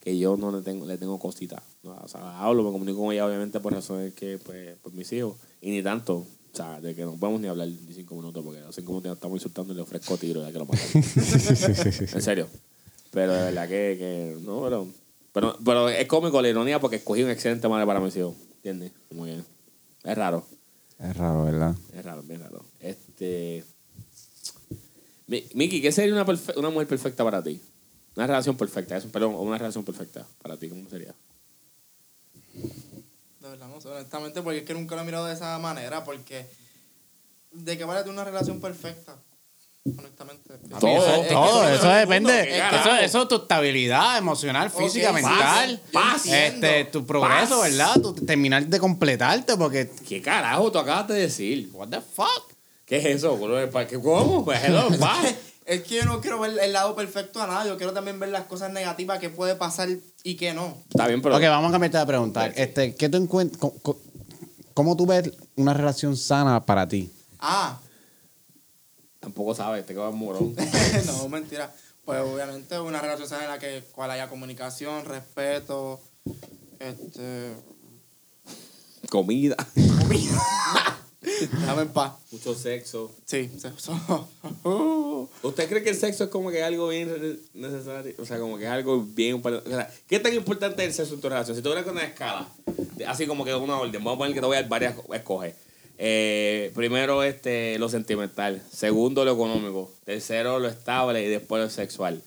Speaker 1: que yo no le tengo, le tengo cosita. O sea, hablo, me comunico con ella, obviamente, por razones que, pues, por mis hijos. Y ni tanto. O sea, de que no podemos ni hablar ni cinco minutos, porque a los cinco minutos ya estamos insultando y le ofrezco tiro, ya que lo mato. en serio. Pero de verdad que, que no, pero, pero, pero es cómico la ironía porque escogí un excelente madre para mis hijos. ¿Entiendes? Como que es raro.
Speaker 2: Es raro, ¿verdad?
Speaker 1: Es raro, bien raro. Este. Mi- Miki, ¿qué sería una, perfe- una mujer perfecta para ti? Una relación perfecta, eso, perdón, una relación perfecta para ti, ¿cómo sería?
Speaker 3: De verdad, no sé, honestamente, porque es que nunca lo he mirado de esa manera, porque ¿de qué vale tener una relación perfecta? honestamente.
Speaker 1: Todo,
Speaker 2: Todo,
Speaker 1: es que
Speaker 2: todo,
Speaker 1: todo
Speaker 2: eso
Speaker 1: el
Speaker 2: depende.
Speaker 1: mundo, ¿qué
Speaker 2: eso,
Speaker 1: carajo?
Speaker 2: eso es tu estabilidad emocional, física,
Speaker 3: Ok, sí,
Speaker 2: mental.
Speaker 3: yo entiendo.
Speaker 2: este, tu progreso,
Speaker 1: Paz.
Speaker 2: ¿verdad? Tu, terminar de completarte porque.
Speaker 1: ¿Qué carajo tú acabas de decir?
Speaker 2: What the fuck?
Speaker 1: ¿Qué es eso? ¿Qué- ¿Cómo? Pues hello, bye.
Speaker 3: Es que yo no quiero ver el lado perfecto a nada. Yo quiero también ver las cosas negativas que puede pasar y que no.
Speaker 1: Está bien, pero.
Speaker 2: ok, vamos a cambiarte de pregunta. Este, ¿qué tú encuent- co- co- ¿Cómo tú ves una relación sana para ti?
Speaker 3: Ah,
Speaker 1: Tampoco sabes, te quedas morón.
Speaker 3: no, mentira. Pues obviamente una relación sana en la que cual haya comunicación, respeto, este...
Speaker 1: Comida.
Speaker 3: comida. Déjame en paz.
Speaker 1: Mucho sexo.
Speaker 3: Sí, sexo. Uh,
Speaker 1: ¿Usted cree que el sexo es como que algo bien necesario? O sea, como que es algo bien... para- O sea, ¿Qué tan importante es el sexo en tu relación? Si tú con una escala, de- así como que una orden, vamos a poner que te voy a dar varias, escoge. Eh, primero, este, lo sentimental. Segundo, lo económico. Tercero, lo estable. Y después, lo sexual.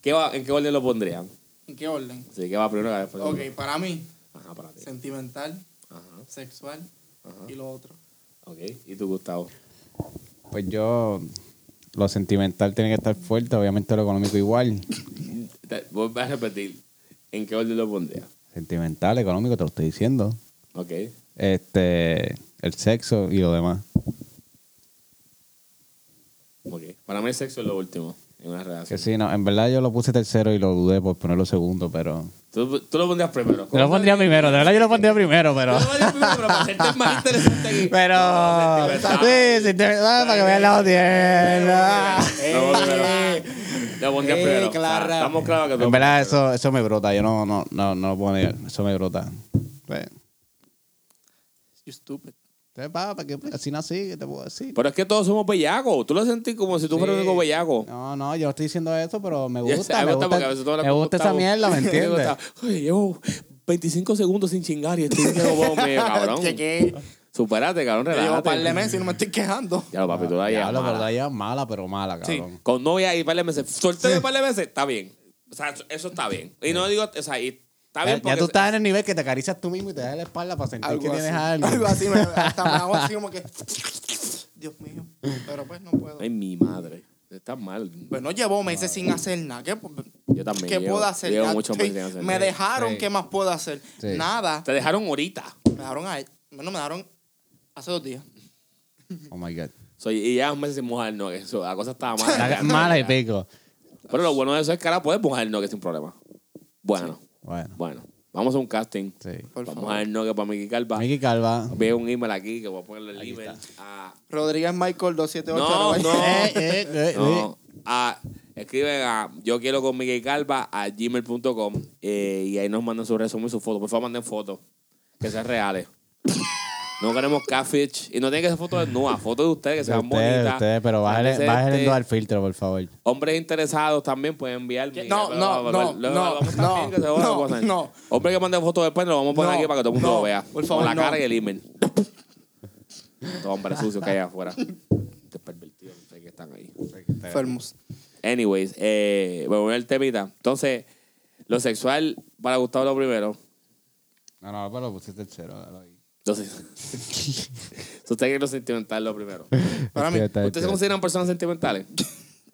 Speaker 1: ¿Qué va, ¿En qué orden lo pondrían?
Speaker 3: ¿En qué orden?
Speaker 1: Así que va primero, después...
Speaker 3: Ok, para mí,
Speaker 1: Ajá, para ti.
Speaker 3: sentimental,
Speaker 1: Pues Ajá,
Speaker 3: sexual
Speaker 1: ajá.
Speaker 3: y lo otro.
Speaker 1: Ok. ¿Y tú, Gustavo?
Speaker 2: Pues yo. Lo sentimental tiene que estar fuerte, obviamente lo económico igual.
Speaker 1: Te- Voy a repetir. ¿En qué orden lo pondrían?
Speaker 2: Sentimental, económico, te lo estoy diciendo.
Speaker 1: Ok.
Speaker 2: Este, el sexo y lo demás.
Speaker 1: Ok. Para mí el sexo es lo último en una relación.
Speaker 2: Que sí, no, en verdad yo lo puse tercero y lo dudé por ponerlo segundo, pero.
Speaker 1: Tú, tú lo pondrías primero.
Speaker 2: Yo lo pondría primero, de verdad yo lo pondría primero,
Speaker 1: Yo
Speaker 2: pero.
Speaker 1: lo pondría primero, pero para hacerte más interesante aquí.
Speaker 2: Pero.
Speaker 1: No,
Speaker 2: Sí, sí, te verdad, para que vean la tierra.
Speaker 1: Lo pondría primero. Lo pondría
Speaker 2: Eh,
Speaker 1: primero. O sea,
Speaker 2: Clara.
Speaker 1: Estamos claros que tú
Speaker 2: En verdad eso, eso me brota, yo no, no, no, no lo puedo negar, eso me brota. Pues,
Speaker 3: You stupid.
Speaker 2: te va, para que pues, así nací, ¿qué te puedo decir?
Speaker 1: Pero es que todos somos bellacos. Tú lo sentís como si tú fueras el único bellaco.
Speaker 2: No, no, yo no estoy diciendo eso, pero me
Speaker 1: Ya sé,
Speaker 2: gusta, me
Speaker 1: gusta porque a veces tú
Speaker 2: gusta,
Speaker 1: hablas
Speaker 2: me
Speaker 1: con
Speaker 2: gusta esa
Speaker 1: Gustavo.
Speaker 2: mierda, ¿me entiendes?
Speaker 1: Gustavo, Oye, llevo 25 segundos sin chingar y estoy que como medio cabrón.
Speaker 3: ¿Qué, qué?
Speaker 1: Supérate, cabrón,
Speaker 3: Yo llevo
Speaker 1: relájate.
Speaker 3: un par de meses y no me estoy quejando.
Speaker 1: Ya lo papi, tú la llevas
Speaker 2: Diablo, pero
Speaker 1: mala.
Speaker 2: la llevas mala, pero mala,
Speaker 3: Sí.
Speaker 2: cabrón.
Speaker 1: con novia y par de meses, soltero y par de meses, está bien. O sea, eso- eso está bien. Y no digo, o sea, y está bien
Speaker 2: Ya, ya tú
Speaker 1: porque-
Speaker 2: estás en el nivel que te acaricias tú mismo y te das la espalda para sentir que tienes algo.
Speaker 3: Algo así, me, hasta me hago así como que. Dios mío. Pero pues no puedo.
Speaker 1: Ay, mi madre. Está mal.
Speaker 3: Pues no llevó meses sin hacer nada. ¿Qué,
Speaker 1: Yo también.
Speaker 3: qué
Speaker 1: llevo-
Speaker 3: puedo hacer?
Speaker 1: llevo
Speaker 3: Ya
Speaker 1: muchos
Speaker 3: estoy-
Speaker 1: meses sin hacer
Speaker 3: me
Speaker 1: nada.
Speaker 3: dejaron,
Speaker 2: Sí.
Speaker 3: ¿qué más puedo hacer?
Speaker 2: Sí.
Speaker 3: Nada.
Speaker 1: Te dejaron ahorita.
Speaker 3: Me dejaron a Bueno, me dejaron hace dos días.
Speaker 2: Oh my God.
Speaker 1: Soy, y ya un mes sin mojarnos. que Eso, la cosa estaba mala.
Speaker 2: La- mala y pico.
Speaker 1: Pero lo bueno de eso es que ahora puedes mojarnos que sin problema. Bueno,
Speaker 2: Bueno,
Speaker 1: bueno. Vamos a un casting.
Speaker 2: sí.
Speaker 3: Por
Speaker 1: Vamos
Speaker 3: favor.
Speaker 1: a no que para Miki Calva.
Speaker 2: Miki Calva.
Speaker 1: Veo un email aquí que voy a ponerle el email. a-
Speaker 3: Rodríguez Michael
Speaker 1: No,
Speaker 3: 278.
Speaker 1: no.
Speaker 2: Eh, eh, eh,
Speaker 1: No. A- escriben a yo quiero con Miguel Calva a gmail.com eh, y ahí nos mandan su resumen y su foto. Por favor, manden fotos que sean reales. No queremos catfish. Y no tienen que ser fotos desnudas, fotos de ustedes que
Speaker 2: de
Speaker 1: sean
Speaker 2: Ustedes,
Speaker 1: bonitas.
Speaker 2: ustedes, pero bájale,
Speaker 1: Antes,
Speaker 2: bájale
Speaker 1: este,
Speaker 2: el dos al filtro, por favor.
Speaker 1: Hombres interesados también pueden enviar.
Speaker 3: ¿Qué?
Speaker 1: Miguel,
Speaker 3: No,
Speaker 1: pero-
Speaker 3: no,
Speaker 1: pero-
Speaker 3: no,
Speaker 1: pero-
Speaker 3: no,
Speaker 1: vamos
Speaker 3: no,
Speaker 1: también, que se joda la
Speaker 3: no,
Speaker 1: cosa.
Speaker 3: no.
Speaker 1: Hombres que manden fotos después, lo vamos a poner
Speaker 3: No,
Speaker 1: aquí para que todo el mundo
Speaker 3: no,
Speaker 1: lo vea.
Speaker 3: por favor,
Speaker 1: Con la
Speaker 3: no.
Speaker 1: cara y el email. Estos hombres sucios que hay afuera. Qué pervertidos, no sé que están ahí.
Speaker 3: Enfermos.
Speaker 1: Anyways, eh, voy a poner el temita. Entonces, lo sexual, para Gustavo lo primero.
Speaker 2: No, no, pero puse tercero. dalo ahí.
Speaker 1: Entonces, usted cree que lo sentimental lo primero.
Speaker 3: Para mí,
Speaker 2: Sí, está
Speaker 1: ¿Ustedes se
Speaker 2: bien, está bien.
Speaker 1: consideran personas sentimentales?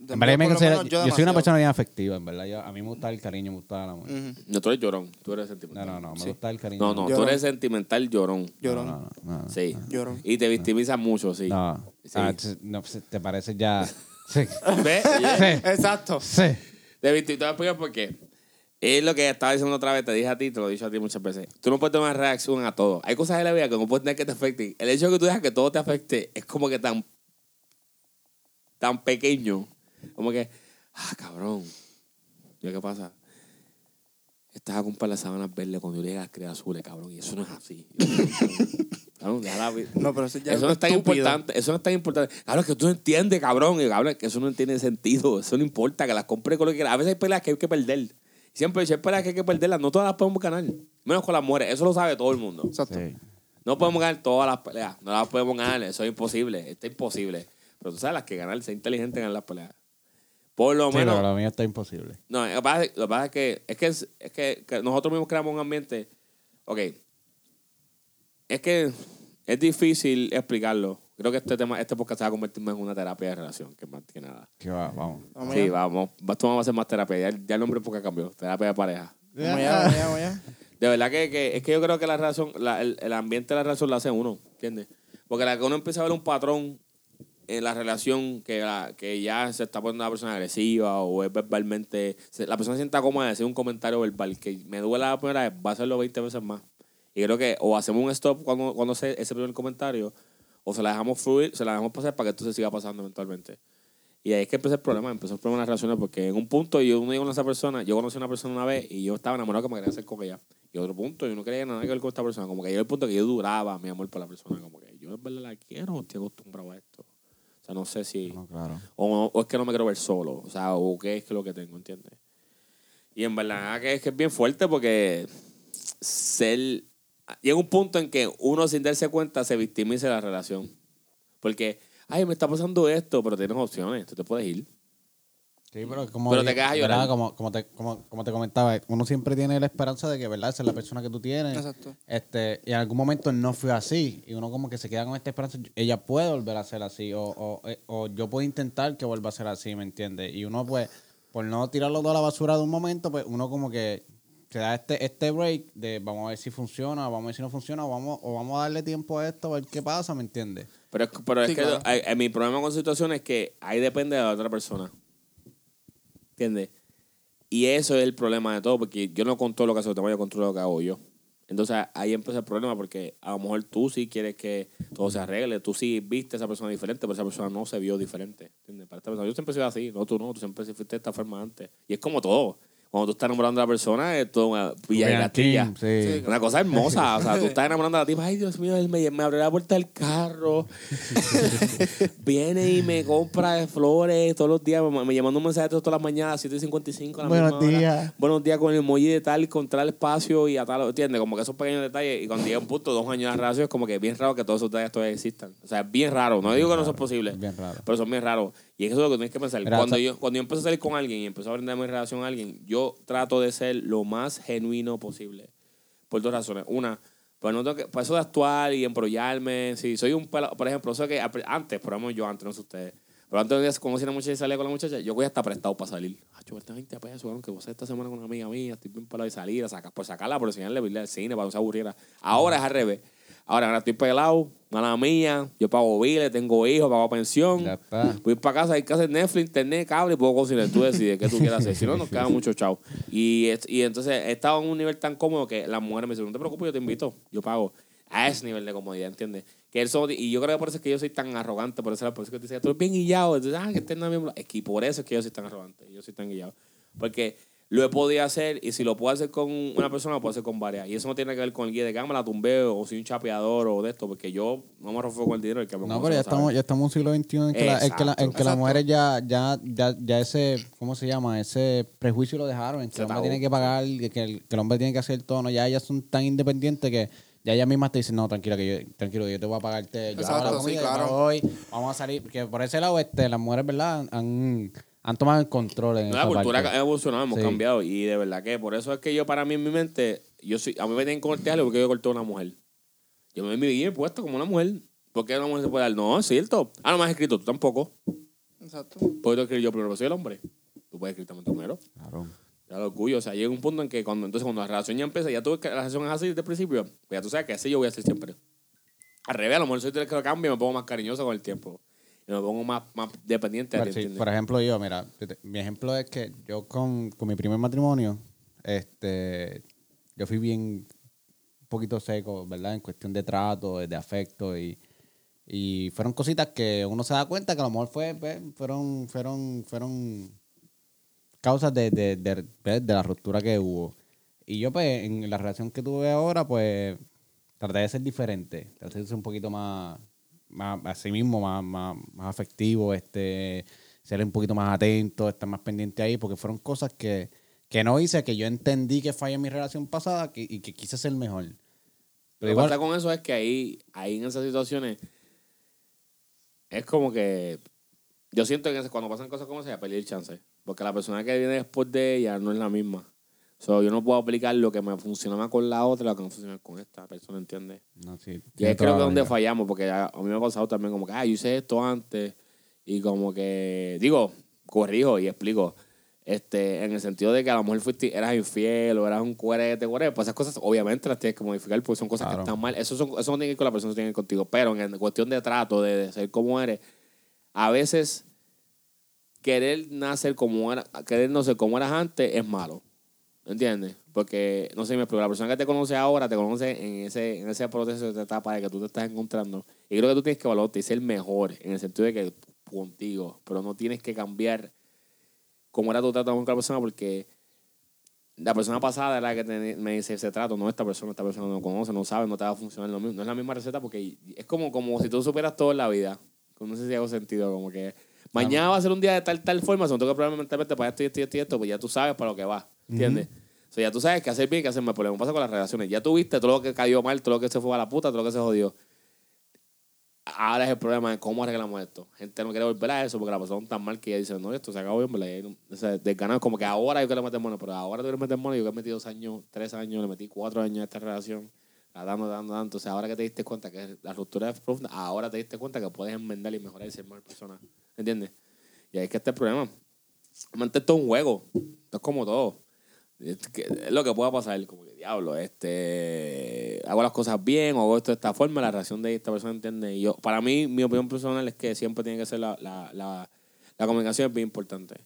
Speaker 2: En verdad, yo, me
Speaker 3: Por lo
Speaker 2: considero- yo
Speaker 3: menos
Speaker 2: soy una
Speaker 3: demasiado.
Speaker 2: persona bien afectiva, en verdad. Yo- a mí me gusta el cariño, me gusta el amor.
Speaker 3: Ujú,
Speaker 1: No, tú eres llorón. Tú eres
Speaker 2: No,
Speaker 1: sentimental.
Speaker 2: no, no, me
Speaker 3: Sí.
Speaker 2: gusta el cariño.
Speaker 1: Mm. No, no, tú
Speaker 3: Llorón.
Speaker 1: eres sentimental llorón.
Speaker 2: no,
Speaker 3: Llorón.
Speaker 2: no, no, no.
Speaker 1: Sí.
Speaker 3: Llorón.
Speaker 1: Y te victimizas mucho, sí.
Speaker 2: Ah, No.
Speaker 1: Sí.
Speaker 2: Ah, entonces, no, pues, te parece ya. Sí.
Speaker 1: ¿Ves?
Speaker 3: Exacto.
Speaker 2: sí.
Speaker 1: Te victim- te voy a explicar por qué. Es lo que estaba diciendo otra vez, te dije a ti, te lo he dicho a ti muchas veces. Tú no puedes tomar reacción a todo. Hay cosas de la vida que no puedes tener que te afecten. El hecho de que tú dejas que todo te afecte es como que tan tan pequeño. Como que, ah, cabrón. ¿Yo qué pasa? Estás a comprar las sábanas verdes cuando yo llegué a las creas azules, cabrón. Y eso no es así. Cabrón, deja la vi-
Speaker 3: No, pero eso ya es
Speaker 1: eso no es tan
Speaker 3: estúpido.
Speaker 1: importante. Eso no es tan importante. Claro, es que tú no entiendes, cabrón. Y cabrón, es que eso no tiene sentido. Eso no importa, que las compre con lo que quieras. A veces hay peleas que hay que perder. Siempre hay peleas que hay que perderlas. No todas las podemos ganar. Menos con las mujeres. Eso lo sabe todo el mundo.
Speaker 3: Exacto.
Speaker 2: Sí.
Speaker 1: No podemos ganar todas las peleas. No las podemos ganar. Eso es imposible. Está imposible. Pero tú sabes las que ganar, ser inteligente ganar las peleas. Por lo
Speaker 2: Sí,
Speaker 1: menos.
Speaker 2: pero lo mío está imposible.
Speaker 1: No, lo que pasa, lo que pasa es que es, que, es, es que, que nosotros mismos creamos un ambiente. Ok. Es que es difícil explicarlo. Creo que este tema, este podcast se va a convertir más en una terapia de relación, que más que nada.
Speaker 2: Que va, vamos.
Speaker 3: Vamos
Speaker 1: sí,
Speaker 3: allá.
Speaker 1: vamos. Va- Esto vamos a hacer más terapia. Ya, el- ya el nombre porque cambió. Terapia de pareja.
Speaker 3: Vamos allá, vamos allá, vamos allá.
Speaker 1: De verdad que, que- es que yo creo que la razón, la- el, el ambiente de la razón la hace uno, ¿entiendes? Porque la que uno empieza a ver un patrón en la relación que, la- que ya se está poniendo una persona agresiva o es verbalmente. se- la persona se sienta cómoda de decir un comentario verbal que me duele la primera vez, va a hacerlo 20 veces más. Y creo que o hacemos un stop cuando, cuando se, ese primer comentario o se la dejamos fluir, se la dejamos pasar para que esto se siga pasando eventualmente. Y ahí es que empezó el problema, empezó el problema en las relaciones, porque en un punto yo no digo con esa persona, yo conocí a una persona una vez y yo estaba enamorado que me quería hacer con ella. Y otro punto, yo no quería nada que ver con esta persona, como que llegó el punto que yo duraba mi amor por la persona, como que yo en verdad la quiero, estoy acostumbrado a esto. O sea, no sé si...
Speaker 2: No, claro.
Speaker 1: O, o es que no me quiero ver solo. O sea, o qué es que lo que tengo, ¿entiendes? Y en verdad que es que es bien fuerte porque ser, llega un punto en que uno sin darse cuenta se victimiza de la relación. Porque, ay, me está pasando esto, pero tienes opciones, tú te puedes ir.
Speaker 2: Sí, pero como,
Speaker 1: Pero te quedas a
Speaker 2: ¿verdad?
Speaker 1: llorar.
Speaker 2: Como, como, te, como, como te comentaba, uno siempre tiene la esperanza de que, ¿verdad? Esa es la persona que tú tienes.
Speaker 3: Exacto.
Speaker 2: Este, y en algún momento no fue así. Y uno como que se queda con esta esperanza. Ella puede volver a ser así. O, o, eh, o yo puedo intentar que vuelva a ser así, ¿me entiendes? Y uno pues, por no tirarlo todo a la basura de un momento, pues uno como que se da este, este break de vamos a ver si funciona, vamos a ver si no funciona, o vamos, o vamos a darle tiempo a esto, a ver qué pasa, ¿me entiendes?
Speaker 1: Pero es, pero es
Speaker 3: Sí,
Speaker 1: que
Speaker 3: claro.
Speaker 1: eh, eh, mi problema con situación es que ahí depende de la otra persona. ¿Entiendes? Y eso es el problema de todo, porque yo no controlo lo que hace otro, yo controlo lo que hago yo. Entonces ahí empieza el problema, porque a lo mejor tú sí quieres que todo se arregle, tú sí viste a esa persona diferente, pero esa persona no se vio diferente. ¿Entiendes? Para esta persona, yo siempre soy así, no tú no, tú siempre fuiste de esta forma antes. Y es como todo. Cuando tú estás enamorando a la persona, es todo una pilla y gatilla.
Speaker 2: Sí.
Speaker 1: Una cosa hermosa. O sea, tú estás enamorando a la tipa. Ay, Dios mío, él me, me abrió la puerta del carro. Viene y me compra flores todos los días. Me, me llamando un mensaje todas las mañanas, 7.55 a la
Speaker 2: Buenos
Speaker 1: misma hora.
Speaker 2: días.
Speaker 1: Buenos días con el emoji de tal, con tal espacio y a tal. ¿Entiendes? Como que esos pequeños detalles. Y cuando llega un punto, dos años de relación, es como que es bien raro que todos esos detalles todavía existan. O sea, es bien raro. No digo que no sea posible.
Speaker 2: es bien raro.
Speaker 1: Pero son bien raros. Y eso es lo que tienes que pensar.
Speaker 2: Mira,
Speaker 1: cuando,
Speaker 2: sa-
Speaker 1: yo, cuando yo empecé a salir con alguien y empecé a brindar mi relación a alguien, yo trato de ser lo más genuino posible. Por dos razones. Una, pues no tengo que- para eso de actuar y embrollarme. Si soy un pela- por ejemplo, eso que al pri- antes, por ejemplo, yo antes, no sé ustedes. Pero antes, cuando hacía una muchacha y salía con la muchacha, yo voy hasta prestado para salir. Ah, yo este 20 pesos, cabrón, que vos esta semana con una amiga mía, estoy bien pelado y salir, a sacar, por sacarla, por enseñarle, por irle al cine, para que no se aburriera. Ahora es al revés. Ahora, ahora estoy pelado, mala mía, yo pago biles, tengo hijos, pago pensión.
Speaker 2: Ya está.
Speaker 1: Voy para casa, hay que hacer Netflix, internet, cable y puedo cocinar. Tú decides qué tú quieras hacer. Si no, nos queda mucho chao. Y, es- y entonces he estado en un nivel tan cómodo que las mujeres me dicen, no te preocupes, yo te invito, yo pago. A ese nivel de comodidad, ¿entiendes? Que eso, y yo creo que por eso es que yo soy tan arrogante, por eso, por eso es que te dicen, tú eres bien guillado. Entonces, ah, que este no es mi bla-". Es que por eso es que yo soy tan arrogante, yo soy tan guillado. Porque lo he podido hacer y si lo puedo hacer con una persona, lo puedo hacer con varias. Y eso no tiene que ver con el guía de cámara, tumbeo o soy un chapeador o de esto, porque yo no me refiero con el dinero. El que me
Speaker 2: No,
Speaker 1: conoce
Speaker 2: pero ya
Speaker 1: lo sabe.
Speaker 2: estamos, ya estamos en un siglo XXI en que, la- en que la- en que las
Speaker 3: Exacto.
Speaker 2: mujeres ya, ya, ya, ya ese, ¿cómo se llama? Ese prejuicio lo dejaron, en que
Speaker 1: Se
Speaker 2: el hombre
Speaker 1: acabó.
Speaker 2: tiene que pagar, que que el, que el hombre tiene que hacer todo, ¿no? ya ellas son tan independientes que ya ellas mismas te dicen, no, tranquila, que yo, tranquilo, que yo te voy a pagarte, yo hago la
Speaker 3: Exacto, sí,
Speaker 2: comida, yo
Speaker 3: claro.
Speaker 2: pago hoy, vamos a salir, porque por ese lado, este, las mujeres, ¿verdad? Han, han tomado el control en
Speaker 1: No, la
Speaker 2: esa
Speaker 1: cultura
Speaker 2: parte.
Speaker 1: ha evolucionado, hemos
Speaker 2: Sí.
Speaker 1: cambiado. Y de verdad que por eso es que yo, para mí, en mi mente, yo soy, a mí me tienen que cortar algo porque yo corté a una mujer. Yo me vi bien puesto como una mujer. ¿Por qué una mujer se puede dar? No, es cierto. Ah, no me has escrito, tú tampoco.
Speaker 3: Exacto.
Speaker 1: Puedo escribir yo primero, pero soy el hombre. Tú puedes escribir también primero.
Speaker 2: Claro.
Speaker 1: Ya lo orgullo. O sea, llega un punto en que cuando, entonces cuando la relación ya empieza, ya tú ves que la relación es así desde el principio, pues ya tú sabes que así yo voy a ser siempre. Al revés, a lo mejor soy el que lo cambia y me pongo más cariñoso con el tiempo. Y me pongo más, más dependiente de ti,
Speaker 2: Por- sí,
Speaker 1: ¿entiendes?
Speaker 2: por ejemplo, yo, mira, yo te- mi ejemplo es que yo con, con mi primer matrimonio, este, yo fui bien un poquito seco, ¿verdad? En cuestión de trato, de, de afecto y, y fueron cositas que uno se da cuenta que a lo mejor fue, pues, fueron, fueron, fueron causas de, de, de, pues, de- de la ruptura que hubo. Y yo, pues, en la relación que tuve ahora, pues, traté de ser diferente. Traté de ser un poquito más, más a sí mismo, más, más, más afectivo, este, ser un poquito más atento, estar más pendiente ahí, porque fueron cosas que, que no hice, que yo entendí que fallé en mi relación pasada que- y que quise ser mejor.
Speaker 1: Lo
Speaker 2: Pero
Speaker 1: que
Speaker 2: igual,
Speaker 1: pasa con eso es que ahí, ahí en esas situaciones es como que yo siento que cuando pasan cosas como esa, ya perdí el chance. Porque la persona que viene después de ella no es la misma. So, yo no puedo aplicar lo que me funcionaba con la otra, lo que no funcionaba con esta persona, ¿entiendes?
Speaker 2: No, sí.
Speaker 1: Y
Speaker 2: tiene
Speaker 1: es creo
Speaker 2: toda
Speaker 1: que
Speaker 2: la
Speaker 1: es donde
Speaker 2: lógica.
Speaker 1: fallamos, porque a, a mí me ha pasado también como que, ah, yo hice esto antes y como que, digo, corrijo y explico. Este, en el sentido de que a lo mejor fuiste, eras infiel o eras un cuerete, whatever. Pues esas cosas obviamente las tienes que modificar porque son cosas
Speaker 2: Claro.
Speaker 1: que están mal. Eso, son, eso no tiene que ir con la persona, eso tiene que ir contigo. Pero en, en cuestión de trato, de, de ser como eres, a veces querer nacer como era, querer no ser como eras antes es malo. ¿Entiendes? Porque, no sé, si me explico, la persona que te conoce ahora te conoce en ese, en ese proceso, esa etapa de que tú te estás encontrando. Y creo que tú tienes que valorarte y ser mejor en el sentido de que contigo, pero no tienes que cambiar cómo era tu trato con la persona porque la persona pasada era la que te- me dice ese trato, no esta persona, esta persona no conoce, no sabe, no te va a funcionar lo mismo. No es la misma receta porque es como, como si tú superas todo en la vida. No sé si hago sentido, como que mañana va a ser un día de tal, tal forma, son tengo que prepararme mentalmente para esto y esto y esto y esto, pues ya tú sabes para lo que va, ¿entiendes? O sea, ya tú sabes qué hacer bien y qué hacer mal. Por ejemplo, pasa con las relaciones. Ya tuviste todo lo que cayó mal, todo lo que se fue a la puta, todo lo que se jodió. Ahora es el problema de cómo arreglamos esto. Gente no quiere volver a eso porque la pasaron tan mal que ya dicen, no, esto se acabó bien, ¿verdad? Y ahí no- O sea, desganado. Como que ahora yo quiero meter mono, pero ahora tú quieres meter mono. Yo que he metido dos años, tres años, le metí cuatro años a esta relación, la dando, dando, dando. Entonces, ahora que te diste cuenta que la ruptura es profunda, ahora te diste cuenta que puedes enmendar y mejorar y ser mejor persona. ¿Entiendes? Y ahí es que está el problema. Mantén todo un juego. Esto es como todo. Es que- es lo que pueda pasar. Como que, diablo, este. Hago las cosas bien o hago esto de esta forma. La reacción de esta persona, ¿entiendes? Y yo, para mí, mi opinión personal es que siempre tiene que ser la, la, la, la comunicación es bien importante.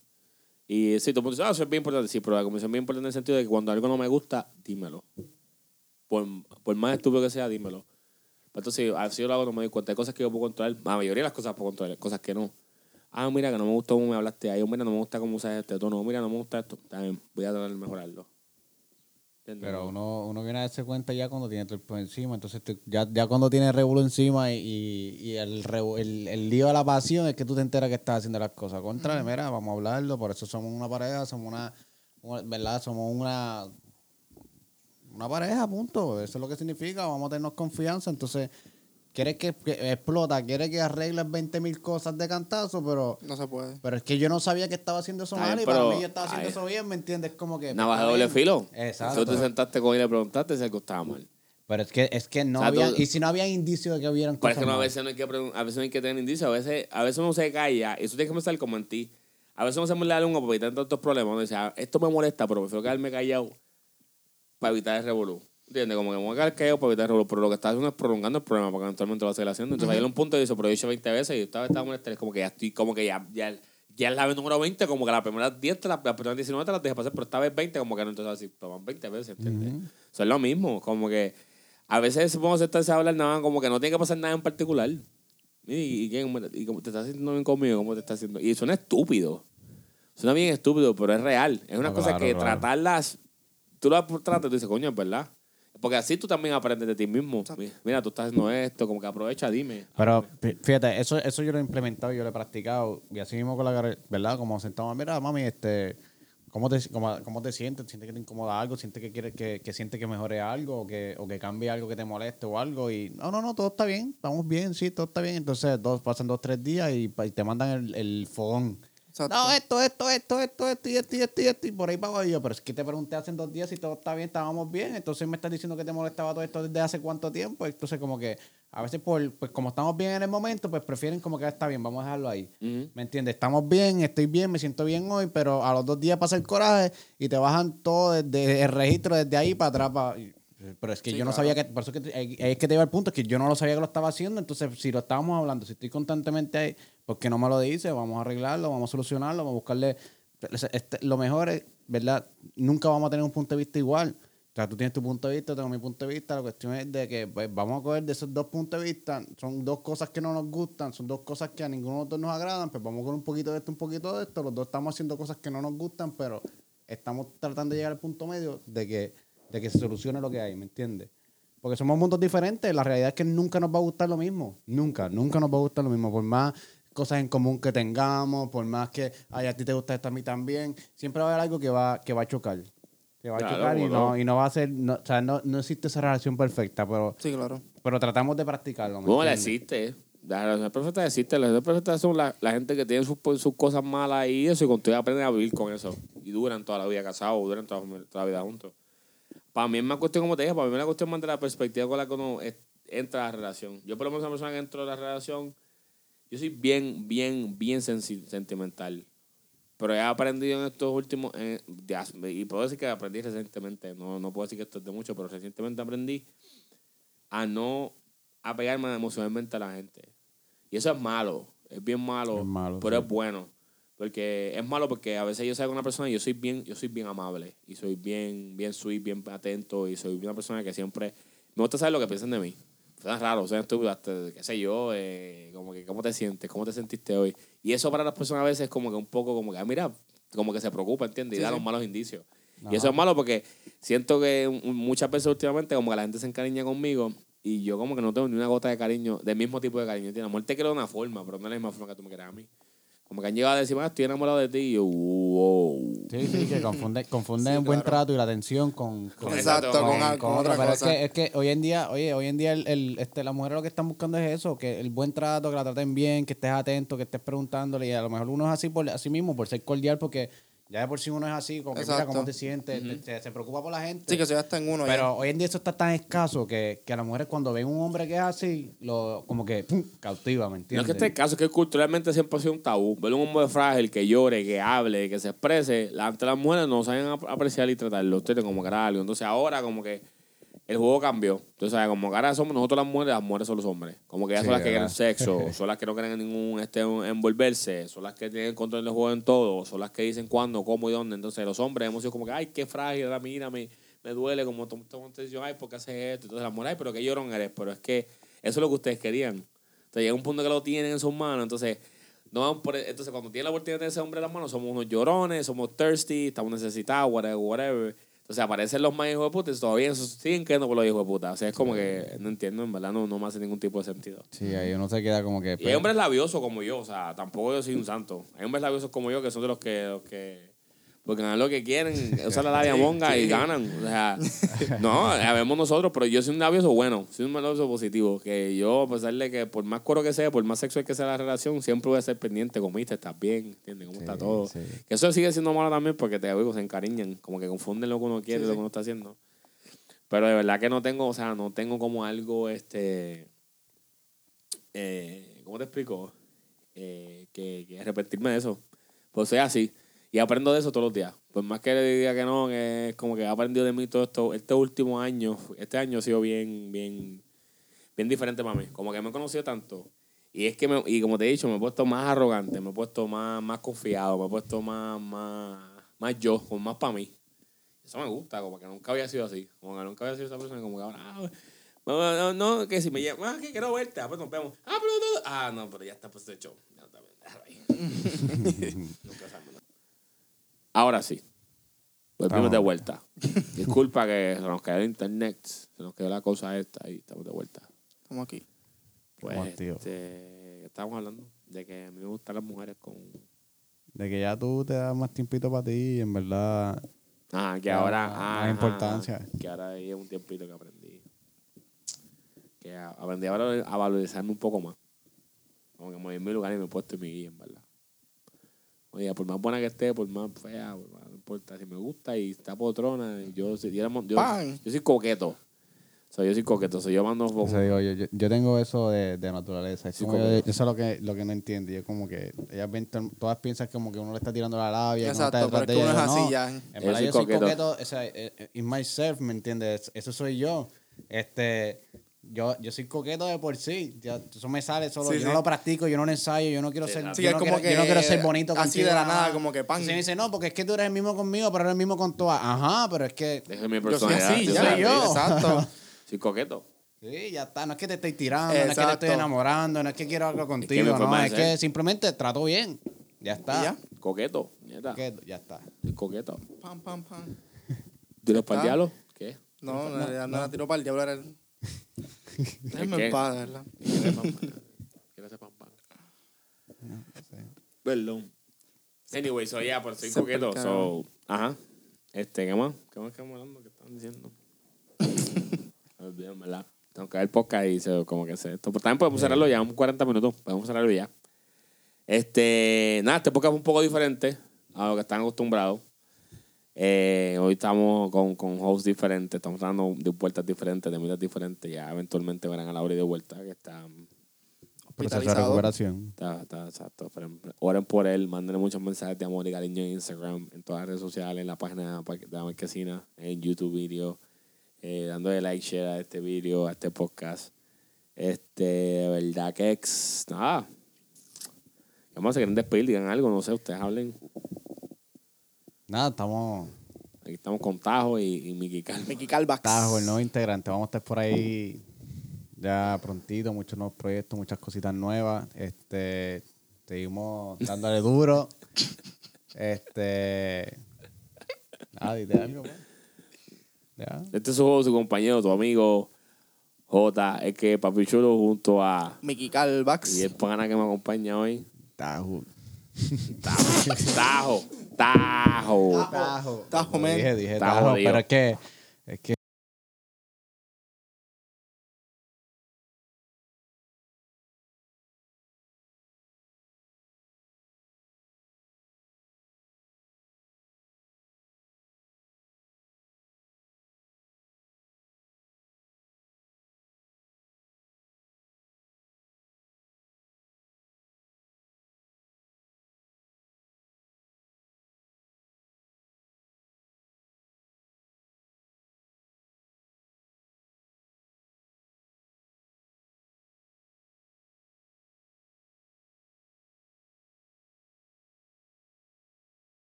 Speaker 1: Y sí, tú dices, ah, eso es bien importante. Sí, pero la comunicación es bien importante en el sentido de que cuando algo no me gusta, dímelo. Por, por más estúpido que sea, dímelo. Pero entonces, así yo lo hago, no me doy cuenta. Hay cosas que yo puedo controlar. La mayoría de las cosas puedo controlar, cosas que no. Ah, mira, que no me gustó cómo me hablaste ahí. o Mira, no me gusta cómo usas este tono. Mira, no me gusta esto. También voy a tratar de mejorarlo. ¿Entiendes?
Speaker 2: Pero uno, uno viene a darse cuenta ya cuando tiene todo el pelo encima. Entonces, tú- ya, ya cuando tiene el revuelo encima y, y- y el, revu- el, el lío de la pasión es que tú te enteras que estás haciendo las cosas. Contra, mira, vamos a hablarlo. Por eso somos una pareja, somos una. una- ¿Verdad? Somos una. Una pareja, punto. Eso es lo que significa. Vamos a tenernos confianza. Entonces, quieres que, que explota, quieres que arregles 20 mil cosas de cantazo, pero.
Speaker 3: No se puede.
Speaker 2: Pero es que yo no sabía que estaba haciendo eso
Speaker 1: Está bien,
Speaker 2: mal y para
Speaker 1: pero-
Speaker 2: mí yo estaba haciendo
Speaker 1: ay.
Speaker 2: eso bien, ¿me entiendes? Como que.
Speaker 1: Navaja de
Speaker 2: está
Speaker 1: doble
Speaker 2: bien.
Speaker 1: filo.
Speaker 2: Exacto.
Speaker 1: Tú te sentaste con él y le preguntaste si algo estaba mal.
Speaker 2: Pero es que, es que no
Speaker 1: O sea,
Speaker 2: había.
Speaker 1: tú-
Speaker 2: Y si no había indicio de que hubieran
Speaker 1: Pero
Speaker 2: cosas.
Speaker 1: es que no, a
Speaker 2: malas.
Speaker 1: veces no hay que, pregun- a veces no hay que tener indicios. A veces, a veces uno se calla y eso tiene que empezar como en ti. A veces uno se muerde la lengua porque tiene tantos problemas. Uno dice, "Ah, esto me molesta, pero prefiero quedarme callado para evitar el revolú. ¿Entiendes? Como que me voy a quedar callado para evitar el revolú. Pero lo que está haciendo es prolongando el problema porque eventualmente lo va a seguir haciendo. Entonces, ahí hay un punto y dice, pero yo he hecho 20 veces y esta vez estaba molesta. Es como que ya estoy, como que ya, ya, ya es la vez número 20, como que las primeras 10, te las, las primeras 19 te las dejé pasar, pero esta vez 20, como que no, entonces así, toman 20 veces, ¿entiendes? Eso es lo mismo, como que a veces supongo que se hablar nada, como que no tiene que pasar nada en particular. Y, y, y- y como te estás haciendo bien conmigo, como te estás haciendo. Y suena estúpido. Suena bien estúpido, pero es real. Es una
Speaker 2: Ah,
Speaker 1: cosa
Speaker 2: claro,
Speaker 1: que
Speaker 2: claro.
Speaker 1: tratarlas. Tú las tratas y tú dices, coño, es verdad. Porque así tú también aprendes de ti mismo. Mi- Mira, tú estás haciendo esto, como que aprovecha, dime.
Speaker 2: Pero fí- fíjate, eso, eso yo lo he implementado, yo lo he practicado. Y así mismo con la carre- ¿verdad? Como sentado, mira, mami, este. ¿Cómo te, cómo, cómo te sientes? ¿Sientes que te incomoda algo? ¿Sientes que quieres que, que sientes que mejore algo? O que, ¿O que cambie algo que te moleste o algo? Y no, no, no, todo está bien, estamos bien, sí, todo está bien. Entonces dos, pasan dos, tres días y, pa- y te mandan el, el fogón.
Speaker 3: Exacto.
Speaker 2: No, esto, esto, esto, esto, esto, y esto, y esto, y esto, y por ahí para abajo. Y yo, pero es que te pregunté hace dos días si todo está bien, estábamos bien. Entonces me estás diciendo que te molestaba todo esto desde hace cuánto tiempo. Entonces, como que a veces, por, pues como estamos bien en el momento, pues prefieren como que "Ah, está bien, vamos a dejarlo ahí.
Speaker 1: Ujú.
Speaker 2: ¿Me entiendes? Estamos bien, estoy bien, me siento bien hoy, pero a los dos días pasa el coraje y te bajan todo desde el registro, desde ahí para atrás. para- Pero es que
Speaker 3: Sí,
Speaker 2: yo no
Speaker 3: claro.
Speaker 2: sabía que, por eso que te- ahí- ahí es que te iba el punto, es que yo no lo sabía que lo estaba haciendo, entonces si lo estábamos hablando, si estoy constantemente ahí, ¿por qué no me lo dice? Vamos a arreglarlo, vamos a solucionarlo, vamos a buscarle... o sea, este- lo mejor es, ¿verdad? Nunca vamos a tener un punto de vista igual. O sea, tú tienes tu punto de vista, yo tengo mi punto de vista. La cuestión es de que pues, vamos a coger de esos dos puntos de vista. Son dos cosas que no nos gustan, son dos cosas que a ninguno de los dos nos agradan. Pues vamos con un poquito de esto, un poquito de esto. Los dos estamos haciendo cosas que no nos gustan, pero estamos tratando de llegar al punto medio de que, de que se solucione lo que hay, ¿me entiendes? Porque somos mundos diferentes. La realidad es que nunca nos va a gustar lo mismo. Nunca, nunca nos va a gustar lo mismo. Por más cosas en común que tengamos, por más que ay, a ti te gusta esto, a mí también, siempre va a haber algo que va, que va a chocar. Que va
Speaker 1: Claro,
Speaker 2: a chocar y
Speaker 1: como
Speaker 2: no,
Speaker 1: no.
Speaker 2: y no va a ser. No, o sea, no, no existe esa relación perfecta, pero,
Speaker 3: Sí, claro.
Speaker 2: pero tratamos de practicarlo. ¿me
Speaker 1: ¿Cómo la
Speaker 2: entiendes?
Speaker 1: existe? Las relaciones perfectas pues, existen. Las relaciones perfectas son la, la gente que tiene sus, sus cosas malas y eso, y contigo aprenden a vivir con eso. Y y duran toda la vida casados, duran toda, toda la vida juntos. Para mí es más cuestión, como te dije, para mí es la cuestión más de la perspectiva con la que uno es- entra a la relación. Yo, por lo menos, una persona que entró a la relación, yo soy bien, bien, bien sensi- sentimental. Pero he aprendido en estos últimos. en- de hace- y puedo decir que aprendí recientemente. No, no puedo decir que esto es de mucho, pero recientemente aprendí a no apegarme emocionalmente a la gente. Y eso es malo. Es bien malo.
Speaker 2: Es malo,
Speaker 1: pero
Speaker 2: sí.
Speaker 1: es bueno. Porque es malo porque a veces yo salgo con una persona y yo soy bien, yo soy bien amable. Y soy bien, bien sweet, bien atento. Y soy una persona que siempre. Me gusta saber lo que piensan de mí. Suena raro, suena estúpido, hasta, qué sé yo, eh, como que cómo te sientes, cómo te sentiste hoy. Y eso para las personas a veces es como que un poco como que, ah, mira, como que se preocupa, ¿entiendes? Y
Speaker 3: Sí,
Speaker 1: da
Speaker 3: sí.
Speaker 1: los malos indicios. Y eso es malo porque siento que un- muchas veces últimamente como que la gente se encariña conmigo y yo como que no tengo ni una gota de cariño, del mismo tipo de cariño. ¿entiendes? A lo mejor te creo de una forma, pero no es la misma forma que tú me creas a mí. Como que han llegado a decir, ah, estoy enamorado de ti. Y yo, wow.
Speaker 2: Sí, sí, que confunde, confunde
Speaker 3: Sí,
Speaker 2: un buen
Speaker 3: claro.
Speaker 2: trato y la atención con, con,
Speaker 3: Exacto,
Speaker 1: Con-
Speaker 3: con, al- con otra
Speaker 2: pero
Speaker 3: cosa.
Speaker 2: Es, que, es que hoy en día, oye, hoy en día el, el- este, las mujeres lo que están buscando es eso, que el buen trato, que la traten bien, que estés atento, que estés preguntándole, y a lo mejor uno es así por así mismo, por ser cordial, porque ya de por sí uno es así, como que mira
Speaker 3: Exacto.
Speaker 2: cómo te sientes, te- te- se preocupa por la gente.
Speaker 3: Sí, que se hasta en uno. ya.
Speaker 2: Pero hoy en día eso está tan escaso que, que a las mujeres cuando ven un hombre que es así, lo, como que ¡pum! cautiva, ¿me
Speaker 1: No es
Speaker 2: entiendes?
Speaker 1: que este caso es que culturalmente siempre ha sido un tabú. Ver un hombre frágil que llore, que hable, que se exprese, la- ante las mujeres no saben ap- apreciar y tratarlo. Ustedes como que era algo. Entonces ahora como que el juego cambió. Entonces, ¿sabes? como que ahora somos nosotros las mujeres, las mujeres son los hombres. Como que ellas
Speaker 2: Sí,
Speaker 1: son las que
Speaker 2: ¿verdad?
Speaker 1: quieren sexo, son las que no quieren ningún este envolverse, son las que tienen control del juego en todo, son las que dicen cuándo, cómo y dónde. Entonces los hombres hemos sido como que, ay, qué frágil, ahora mira, me, me duele, como tom- tomo una decisión, ay, ¿por qué haces esto? Entonces las mujeres, ay, pero qué llorón eres, pero es que eso es lo que ustedes querían. Entonces llega un punto que lo tienen en sus manos, entonces no van por e, entonces cuando tienen la oportunidad de ese hombre en las manos, somos unos llorones, somos thirsty, estamos necesitados, whatever, whatever. Entonces aparecen los más hijos de puta y todavía esos siguen quedando por los hijos de puta. O sea, es como que no entiendo, en verdad no, no me hace ningún tipo de sentido.
Speaker 2: Sí, ahí uno se queda como que... "Pues,
Speaker 1: Y hay hombres labiosos como yo, o sea, tampoco yo soy un santo. Hay hombres labiosos como yo que son de los que, los que porque ganan lo que quieren, usan la labia monga y ganan. O sea, no, sabemos nosotros, pero yo soy un labioso bueno, soy un labioso positivo. Que yo, a pesar de que por más cuero que sea, por más sexual que sea la relación, siempre voy a ser pendiente, comiste, estás bien, ¿entiendes? ¿Cómo está
Speaker 2: Sí,
Speaker 1: todo?
Speaker 2: sí.
Speaker 1: Que eso sigue siendo malo también porque te digo, se encariñan, como que confunden lo que uno quiere y
Speaker 3: Sí,
Speaker 1: lo
Speaker 3: sí.
Speaker 1: que uno está haciendo. Pero de verdad que no tengo, o sea, no tengo como algo, este, eh, ¿cómo te explico? Eh, que, que arrepentirme de eso. Pues soy así. Y aprendo de eso todos los días. Pues más que le diga que no, que es como que he aprendido de mí todo esto. Este último año, este año ha sido bien, bien, bien diferente para mí. Como que me he conocido tanto. Y es que, me- y como te he dicho, me he puesto más arrogante, me he puesto más, más confiado, me he puesto más, más, más yo, como más para mí. Eso me gusta, como que nunca había sido así. Como que nunca había sido esa persona, como que ahora, ah, no, no, no, que si me llama, ah, que quiero verte, ah, pues nos vemos. Ah, pero no, ah, no, pero ya está puesto el show. Ya está bien, déjalo ahí. Nunca sabemos nada. Ahora sí. Volvimos
Speaker 2: Estamos.
Speaker 1: de vuelta. Disculpa que se nos cayó el internet, se nos quedó la cosa esta y estamos de vuelta.
Speaker 3: Estamos aquí.
Speaker 1: Pues,
Speaker 2: Vamos, tío.
Speaker 1: este, estábamos hablando de que a mí me gustan las mujeres con...
Speaker 2: De que ya tú te das más tiempito para ti y en verdad...
Speaker 1: Ah, que
Speaker 2: Ya,
Speaker 1: ahora...
Speaker 2: más
Speaker 1: ah,
Speaker 2: importancia.
Speaker 1: Que ahora es un tiempito que aprendí. Que a- aprendí a, valor- a valorizarme un poco más. Como que me voy en mi lugar y me he puesto en mi guía, en verdad. Oye, por más buena que esté, por más fea, por más, no importa. Si me gusta y está potrona, yo, si diéramos- yo,
Speaker 3: Pan.
Speaker 1: yo soy coqueto. O sea, yo soy coqueto. O sea, yo mando...
Speaker 2: O sea, digo, yo, yo, yo tengo eso de, de naturaleza. Es
Speaker 1: Sí,
Speaker 2: como
Speaker 1: como
Speaker 2: yo-
Speaker 1: yo.
Speaker 2: eso es lo que, lo que no entiendo. Yo como que ellas ven, to- todas piensan como que uno le está tirando la labia. que uno está
Speaker 3: Exacto,
Speaker 2: detrás
Speaker 3: pero es que
Speaker 2: de
Speaker 3: uno es
Speaker 2: ella.
Speaker 3: así ya.
Speaker 2: No, En
Speaker 1: Yo
Speaker 2: verdad
Speaker 1: soy
Speaker 2: yo soy
Speaker 1: coqueto.
Speaker 2: coqueto. o sea, eh, eh, in myself, ¿me entiendes? Eso soy yo. Este, yo, yo soy coqueto de por sí. Ya, eso me sale solo.
Speaker 3: Sí,
Speaker 2: yo
Speaker 3: sí.
Speaker 2: no lo practico, yo no lo ensayo, yo no quiero ser,
Speaker 1: Exacto.
Speaker 3: Sí,
Speaker 2: yo,
Speaker 3: es
Speaker 2: no
Speaker 3: como
Speaker 2: quiero, yo no
Speaker 3: que
Speaker 2: quiero ser bonito
Speaker 3: así de
Speaker 2: contigo,
Speaker 3: la
Speaker 2: ajá.
Speaker 3: nada, como que pan.
Speaker 2: Entonces me dice, no, porque es que tú eres el mismo conmigo, pero eres el mismo con todas. Ajá, pero es que...
Speaker 1: Esa es mi
Speaker 3: Yo soy
Speaker 1: personalidad.
Speaker 3: así,
Speaker 1: yo
Speaker 3: ya.
Speaker 1: soy así.
Speaker 2: yo.
Speaker 3: Exacto.
Speaker 1: Soy coqueto.
Speaker 2: Sí, ya está. No es que te estoy tirando, no es que te
Speaker 3: Exacto.
Speaker 2: estoy enamorando, no es que quiero algo
Speaker 1: que me
Speaker 2: contigo,
Speaker 1: fue
Speaker 2: no.
Speaker 1: mal,
Speaker 2: Es
Speaker 1: ¿eh?
Speaker 2: que simplemente trato bien. Ya está.
Speaker 3: Y ya.
Speaker 1: Coqueto. Neta.
Speaker 2: Que- ya está.
Speaker 1: Soy coqueto.
Speaker 3: Pam, pam, pam.
Speaker 1: ¿De los
Speaker 3: Ah.
Speaker 1: pandialos? ¿Qué?
Speaker 3: No, no, no, no la tiró para el diablo. Era el... Déjame
Speaker 1: qué?
Speaker 3: en paz, de ¿verdad?
Speaker 1: Gracias, pam, pam. Perdón. Anyway, so yeah, pero soy
Speaker 3: Se
Speaker 1: coqueto.
Speaker 3: percaron.
Speaker 1: So, ajá. Este, ¿qué más? ¿Qué más estamos hablando? ¿Qué están diciendo? Me olvidé, en ¿verdad? Tengo que ver el podcast y se, como que se... Esto, pero también podemos cerrarlo ya, un 40 minutos. Podemos cerrarlo ya. Este, nada, este podcast es un poco diferente a lo que están acostumbrados. Eh, hoy estamos con, con hosts diferentes, estamos hablando de vueltas diferentes, de medidas diferentes. Ya eventualmente verán a Laura y de vuelta, que está,
Speaker 2: Proceso de
Speaker 3: Hospitalizado.
Speaker 2: recuperación.
Speaker 1: está, está exacto. Pero, Oren por él, mándenle muchos mensajes de amor y cariño en Instagram, en todas las redes sociales, en la página pa- de la marquesina, en YouTube video, eh, dándole like, share a este video, a este podcast. Este, de verdad que ex, nada. Vamos a quieren despedir, digan algo, no sé, ustedes hablen.
Speaker 2: Nada, estamos
Speaker 1: Aquí estamos con Tajo y, y Miki Calma.
Speaker 3: Mickey Calvax.
Speaker 2: Tajo, el nuevo integrante. Vamos a estar por ahí ya prontito, muchos nuevos proyectos, muchas cositas nuevas. Este, seguimos dándole duro. Este. Nada, dite algo, pues. Ya.
Speaker 1: Este es su, su compañero, tu amigo J. Es que Papi Chulo junto a.
Speaker 3: Mickey Calvax.
Speaker 1: Y el pana que me acompaña hoy.
Speaker 2: Tajo.
Speaker 1: Tajo. Tajo.
Speaker 2: Tajo.
Speaker 3: Tajo,
Speaker 2: Lo
Speaker 3: men.
Speaker 2: Dije, dije
Speaker 1: Tajo,
Speaker 2: Tajo,
Speaker 1: digo.
Speaker 2: pero es que. Es que